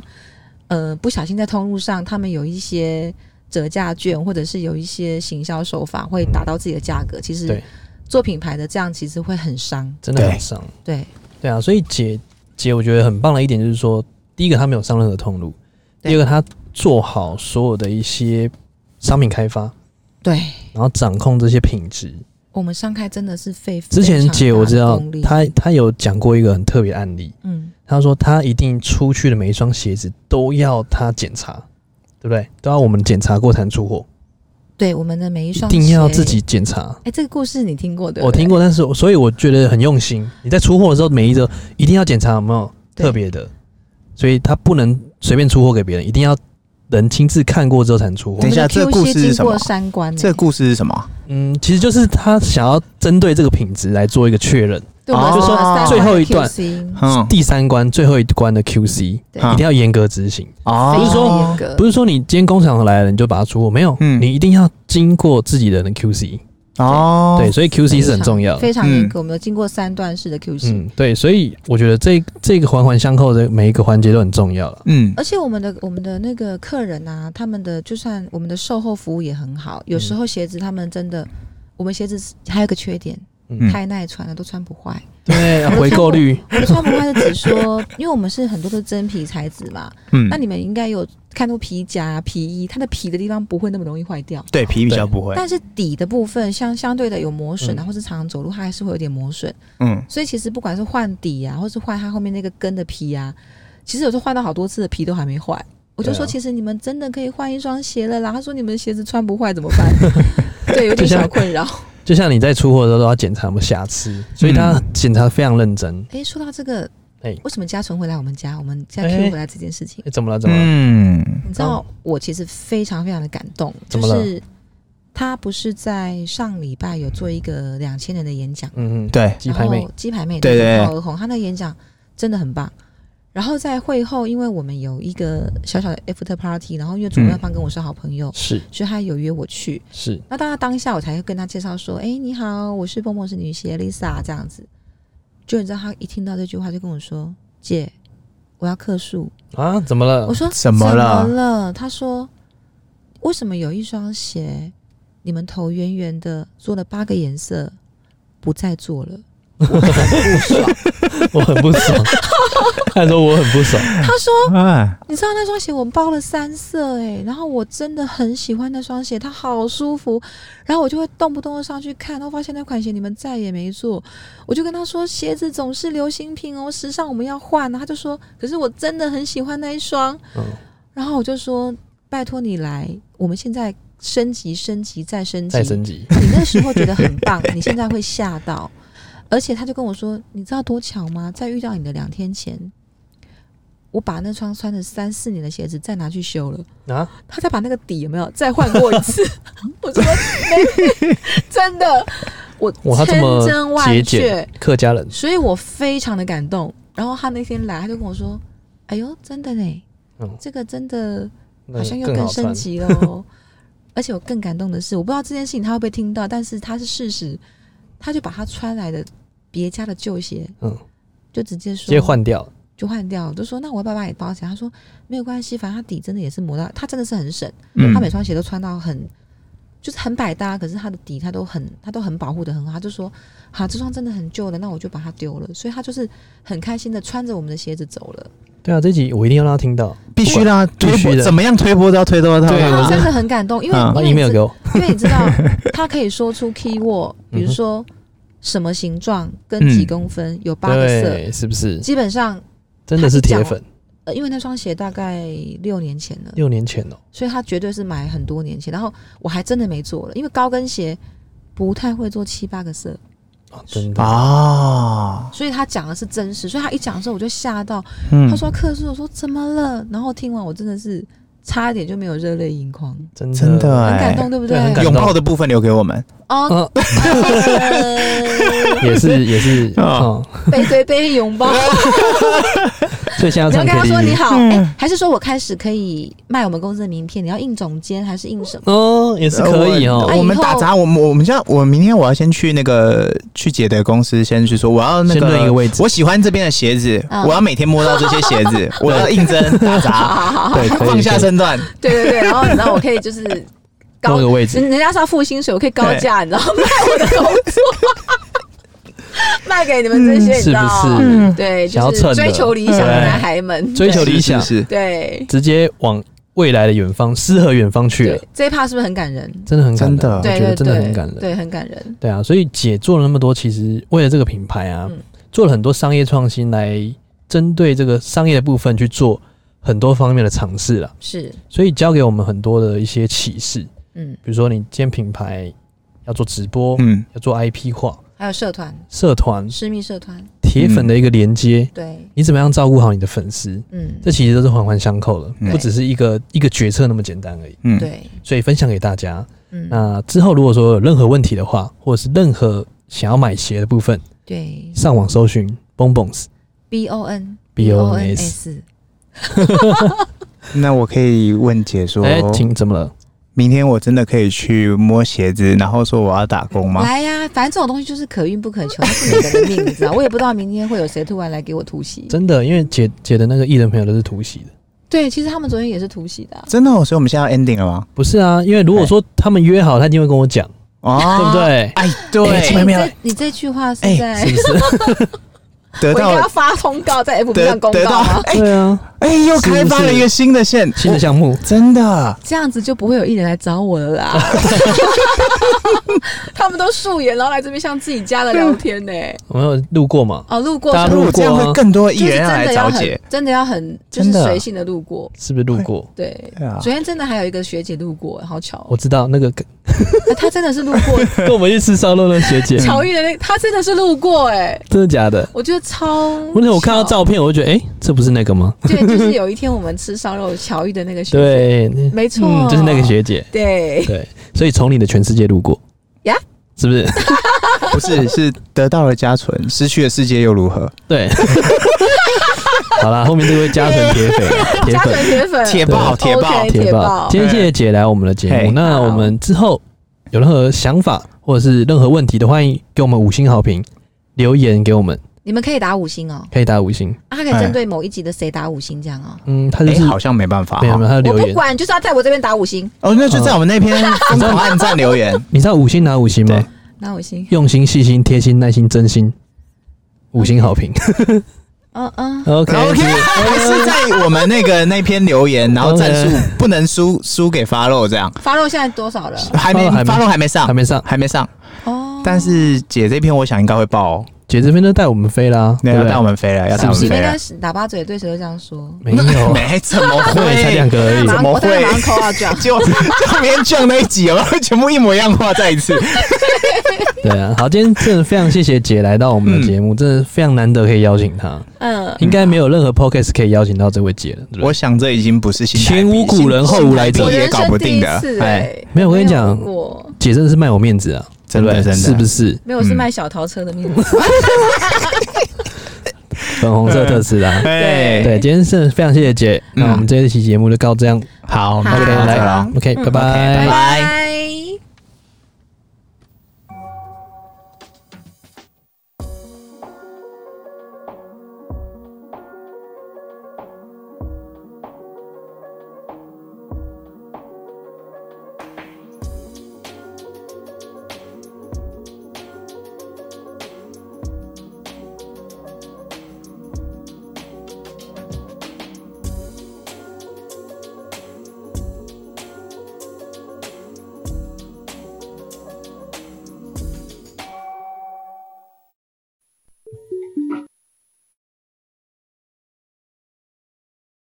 C: 呃不小心在通路上，他们有一些折价券，或者是有一些行销手法会打到自己的价格。其实
A: 对
C: 做品牌的这样其实会很伤。
A: 真的很
B: 对
A: 伤。
C: 对
A: 对啊，所以姐姐我觉得很棒的一点就是说，第一个她没有上任何通路，
C: 对
A: 第二个她做好所有的一些商品开发，
C: 对，
A: 然后掌控这些品质。
C: 我们商开真的是费
A: 之前姐我知道
C: 非常大的功力
A: 她她有讲过一个很特别的案例，
C: 嗯
A: 她说她一定出去的每一双鞋子都要她检查，对不对？都要我们检查过才能出货，
C: 对我们的每一
A: 一
C: 双
A: 定要
C: 鞋
A: 自。己检查。
C: 哎，这个故事你听过对不
A: 我
C: 对
A: 听过，但是我所以我觉得很用心。你在出货的时候，每一个一定要检查有没有
C: 对
A: 特别的，所以他不能随便出货给别人，一定要人亲自看过之后才能出
C: 我
A: 货
B: 等
C: 们。
B: 一下
C: 的
B: 这个
C: QC
B: 故事是什
C: 经过
B: 么
C: 三关欸呢，
B: 这个故事是什么？
A: 嗯，其实就是他想要针对这个品质来做一个确认。
C: 对我们
B: 就是说
C: 三关的
A: 啊最后一段啊
C: QC
B: 嗯，啊
A: 第三关最后一关的 QC
C: 对
A: 一定要严格执行，
B: 哦
C: 非常严格
A: 不，是说你今天工厂来了你就把它出货，没有，
B: 嗯
A: 你一定要经过自己人的 QC。
B: 哦，
A: 对，所以 QC 是很
C: 非常
A: 重要的。
C: 非常
B: 嗯
C: 严格。我们有经过三段式的 QC，
A: 嗯，对，所以我觉得这这个环环相扣的每一个环节都很重要了。
B: 嗯，
C: 而且我们的我们的那个客人啊，他们的就算我们的售后服务也很好，有时候鞋子他们真的，我们鞋子是还有个缺点，
A: 嗯
C: 太耐穿了都穿不坏。
A: 对， 回购率
C: 我们穿不坏是指说， 因为我们是很多都真皮材质嘛，
B: 嗯
C: 那，你们应该有看过皮夹、皮衣，它的皮的地方不会那么容易坏掉。
B: 对皮比较不会，
C: 但是底的部分，相相对的有磨损啊，
A: 嗯
C: 或是常常走路它还是会有点磨损，
B: 嗯，
C: 所以其实不管是换底啊，或是换它后面那个跟的皮啊，其实有时候换到好多次的皮都还没换。我就
A: 对啊
C: 说，其实你们真的可以换一双鞋了啦。他说你们的鞋子穿不坏怎么办？ 对，有点小困扰。
A: 就像你在出货的时候都要检查有没有瑕疵，所以他检查非常认真。
C: 哎，说到这个，
A: 哎
C: 为什么嘉纯回来我们家，我们再
A: 哎
C: Q 回来这件事情，
A: 诶怎么了？怎么了？
B: 嗯，
C: 你知道我其实非常非常的感动，
A: 怎
C: 就
A: 么了
C: 是他不是在上礼拜有做一个两千人的演讲。
A: 嗯嗯，
B: 对，
A: 鸡排妹
C: 然后鸡排妹
B: 对对对
C: 好而红，她那演讲真的很棒。然后在会后，因为我们有一个小小的 after party，然后因为
B: 嗯
C: 主办方跟我是好朋友，
A: 是
C: 所以他有约我去。
A: 是，
C: 那当他当下我才会跟他介绍说：“哎，你好，我是蹦蹦是女鞋 Lisa 这样子。”就你知道他一听到这句话就跟我说：“姐，我要客诉。
A: 啊？怎么了
C: 我？说：“
B: 怎么了
C: 怎么了？”他说：“为什么有一双鞋你们头圆圆的，做了八个颜色，不再做了？
A: 我很不爽。他说我很不爽，
C: 他说
B: 哎，：“
C: 你知道那双鞋我包了三色哎、然后我真的很喜欢那双鞋，它好舒服。然后我就会动不动的上去看，然后发现那款鞋你们再也没做。我就跟他说，鞋子总是流行品哦，时尚我们要换啊。他就说，可是我真的很喜欢那一双。
A: 嗯，
C: 然后我就说，拜托你来，我们现在升级、升级再升级
A: 再。升级，
C: 你那时候觉得很 棒，你现在会吓到。而且他就跟我说，你知道多巧吗？在遇到你的两天前，我把那双穿了三四年的鞋子再拿去修了，
A: 啊，
C: 他再把那个底有没有再换过一次？ 我说没，真的，我
A: 哇他这
C: 千
A: 么
C: 真万
A: 节
C: 确
A: 俭，客家人，
C: 所以我非常的感动。然后他那天来，他就跟我说：“哎呦，真的呢，
A: 嗯，
C: 这个真的
A: 那
C: 好像又
A: 更
C: 更
A: 好
C: 升
A: 穿。
C: 级了哦。而且我更感动的是，我不知道这件事情他会不会听到，但是他是事实，他就把他穿来的别家的旧鞋，
A: 嗯，
C: 就直接
A: 直
C: 说
A: 接换掉，
C: 就换掉，我就说那我要不要把你包起来？他说没有关系，反正他底真的也是磨到，他真的是很省，
B: 嗯
C: 他每双鞋都穿到很。就是很百搭，可是他的底他都很他都很保护的很好，他就说好这双真的很旧了，那我就把它丢了，所以他就是很开心的穿着我们的鞋子走了，
A: 对啊，这集我一定要让他听到。
B: 必须让他推
A: 必须
B: 波，
A: 的
B: 怎么样推波都要推到他。
A: 对
C: 他
A: 我是
C: 真的很感动，因为、
B: 嗯
A: 把
C: 因为你
A: 啊 email
C: 知
A: 给我，
C: 因为你知道，它可以说出 key word，比
A: 嗯
C: 如说什么形状跟几公分，有八个色。
A: 对，是不是？
C: 基本上，
A: 真的是铁粉，
C: 呃，因为那双鞋大概六年前了，
A: 六年前哦，
C: 所以他绝对是买很多年前。然后我还真的没做了，因为高跟鞋不太会做七八个色，
A: 啊，真的，
B: 哦，
C: 所以他讲的是真实。所以他一讲的时候，我就吓到。
B: 嗯
C: 他说克数，我说怎么了？然后听完我真的是差一点就没有热泪盈眶，
A: 真的，
B: 真的
C: 很
B: 哎
C: 感动，对不
A: 对很感
B: 拥抱的部分留给我们。
C: 哦，
A: 啊，也是也 是
C: 哦
B: 啊
A: 啊，
C: 背对背拥抱。
A: 所以现在要
C: 你要
A: 唱
C: 跟他说你
A: KTV
C: 好，
B: 嗯
C: 哎、还是说我开始可以卖我们公司的名片？你要印总监还是印什么？
A: 哦，也是可以哦
B: 呃我。我们打杂，我们我们这样，我明天我要先去那个去姐的公司，先去说我要那
A: 先论一个位置，
B: 我喜欢这边的鞋子，
C: 嗯
B: 我要每天摸到这些鞋子，我要应征打杂，
C: 好好好，
A: 对，可以
B: 放下，身段，
C: 对对对，然后然后我可以就是
A: 可以
C: 高
A: 弄，个位置，
C: 人人家是要付薪水，我可以高价，你知道吗卖我的工作， 卖给你们这些，你知
A: 是
C: 道
A: 不
C: 吗？
A: 是？
C: 对，
A: 想要
C: 就
A: 蹭的
C: 是追求理想的嗯男孩们，
A: 追求理想
B: 是是是
C: 对
A: 直接往未来的远方，诗和远方去
C: 对
A: 了，
C: 对，这一趴是不是很感人？
A: 真的很感
B: 真的
A: 人，我
C: 对
A: 觉得
C: 对
A: 真的很
C: 对
A: 感，人。
C: 对很感人，
A: 对啊，所以姐做了那么多，其实为了这个品牌啊
C: 嗯，
A: 做了很多商业创新，来针对这个商业的部分去做很多方面的尝试啦。
C: 是
A: 所以教给我们很多的一些启示，
C: 嗯，
A: 比如说你今天品牌要做直播，
B: 嗯，
A: 要做 IP 化、
C: 还有社团
A: 社团、
C: 私密社团，
A: 铁粉的一个连接，
C: 对，
A: 你怎么样照顾好你的粉丝？
C: 嗯，
A: 这其实都是环环相扣的，
B: 嗯
A: 不只是一个一个决策那么简单而已。
B: 嗯，
C: 对，
A: 所以分享给大家。
C: 嗯，
A: 那之后如果说有任何问题的话，或者是任何想要买鞋的部分，
C: 对
A: 上网搜寻 Bonbons。
C: ，B O N
A: B O N
C: S，
B: 那我可以问姐说，
A: 哎，请怎么了？
B: 明天我真的可以去摸鞋子，然后说我要打工吗？
C: 来呀、反正这种东西就是可遇不可求，它是每个人的命，你知道？我也不知道明天会有谁突然来给我突袭。
A: 真的，因为姐姐的那个艺人朋友都是突袭的，
C: 对，其实他们昨天也是突袭的啊、
B: 真的哦，所以我们现在要 ending 了吗？
A: 不是啊？因为如果说他们约好，他一定会跟我讲，
B: 哦，
A: 对不？对？
B: 哎，
A: 哎
B: 对
A: 前，面没有
C: 这你这句话是
B: 哎
C: 在、
A: 是不是？
B: 得
C: 我应该要
B: 到
C: 发通告在 FB
B: 得
C: 上公
B: 得
C: 告
B: 到
C: 吗？，
B: 哎
A: 对啊，
B: 哎，又开发了一个新的线，
A: 新的项目。
B: 我真的，啊
C: 这样子就不会有艺人来找我了啦。 他们都素颜，然后来这边像自己家的聊天呢、
A: 我有路过嘛，
C: 哦，路过
A: 大家
C: 是
A: 路
B: 如
A: 过啊
B: 果这样会更多艺
C: 就是
B: 人要
C: 真
B: 来
C: 的要
B: 找姐
C: 很，真的要很就是
B: 真的
C: 随性的路过。
A: 是不是路过？
C: 对，
B: 对啊
C: 昨天真的还有一个学姐路过，好巧哦、
A: 我知道那个跟
C: 哎她真的是路过，
A: 跟我们去吃烧肉的学姐，
C: 乔玉的那她真的是路过哎、
A: 真的假的？
C: 我觉得超。
A: 我那我看到 照片，我就觉得，哎、这不是那个吗？
C: 对，就是有一天我们吃烧肉，乔玉的那个学姐，
A: 对，那
C: 没错、
A: 嗯，就是那个。学姐，
C: 对，
A: 对，所以从你的全世界路过
C: 呀，
A: 是不是？
B: 不 是是得到了家存，失去了世界又如何？
A: 对，好啦，后面就会加成铁粉，啊铁
C: 加成
A: 粉，
C: 铁粉，
B: 铁
A: 爆
B: 爆铁爆
C: OK 铁爆
A: 今天谢谢姐来我们的节
B: 嘿
A: 目，那我们之后有任何想法或者是任何问题的，欢迎给我们五星好评，留言给我们，
C: 你们可以打五星哦，
A: 可以打五星。
C: 啊，他可以针对某一集的谁打五星这样哦。
A: 嗯，他
B: 哎、
A: 就是
B: 好像没办法
A: 没有嗯
B: 哈
A: 没有他的留
C: 我不
A: 言。
C: 管，就是要在我这边打五星，
B: 哦，那就在我们 那篇疯狂按赞留言，
A: 你知道五星拿五星吗
B: 对？
C: 打 五星。
A: 用心、细心、贴心、耐心、真心，五星好评。
C: 嗯嗯，
A: OK，
B: OK，还是在我们那个那篇留言，然后战术
A: OK
B: 不能输输给 follow 这样，
C: 发肉现在多少了？
B: 还没
A: follow 还没
B: follow 还没上
A: 还，没上，
B: 还没上。
C: 哦，
B: 但是姐这篇我想应该会爆哦，
A: 姐这边就带我们飞啦，
B: 那
A: 对
B: 要
A: 不
B: 带我们飞了，要带我
A: 是
B: 们
C: 你
B: 飞
C: 那
B: 了
C: 个。喇叭嘴对谁都这样说？
A: 对？没有， 啊
B: 没怎么
A: 对，才两
B: 会，
A: 个而已
C: 马。上
B: 怎么
C: 我当然
B: 会。
C: 马上扣到 奖
B: 就就连降那一集有没有全部一模一样话再一次？
A: 对啊，好，今天真的非常谢谢姐来到我们的节目，真的非常难得可以邀请她，
C: 嗯，
A: 应该没有任何 podcast 可以邀请到这位姐了，对不
B: 我
A: 对？
B: 想这已经不是新台
A: 前
B: 币
A: 无古人后无来者
B: 新台
C: 我
B: 币也
C: 人
B: 搞不
C: 生第
B: 定
C: 一
B: 的，
C: 次
B: 哎，
C: 哎，
A: 没有我跟你讲
C: 没有过
A: 姐真的是卖我面子啊，
B: 真的
A: 对不对
B: 真的
A: 是不是？
C: 没有是卖小淘车的面子。
A: 粉红色特斯拉。
B: 哎，
A: 对，今天真的非常谢谢姐，那我们这一期节目就告这样
B: 好，
C: 好
B: 那就
A: ，OK，
B: 到这
A: 来
B: 了。
A: ，OK，拜
C: 拜
A: 拜。
C: 拜。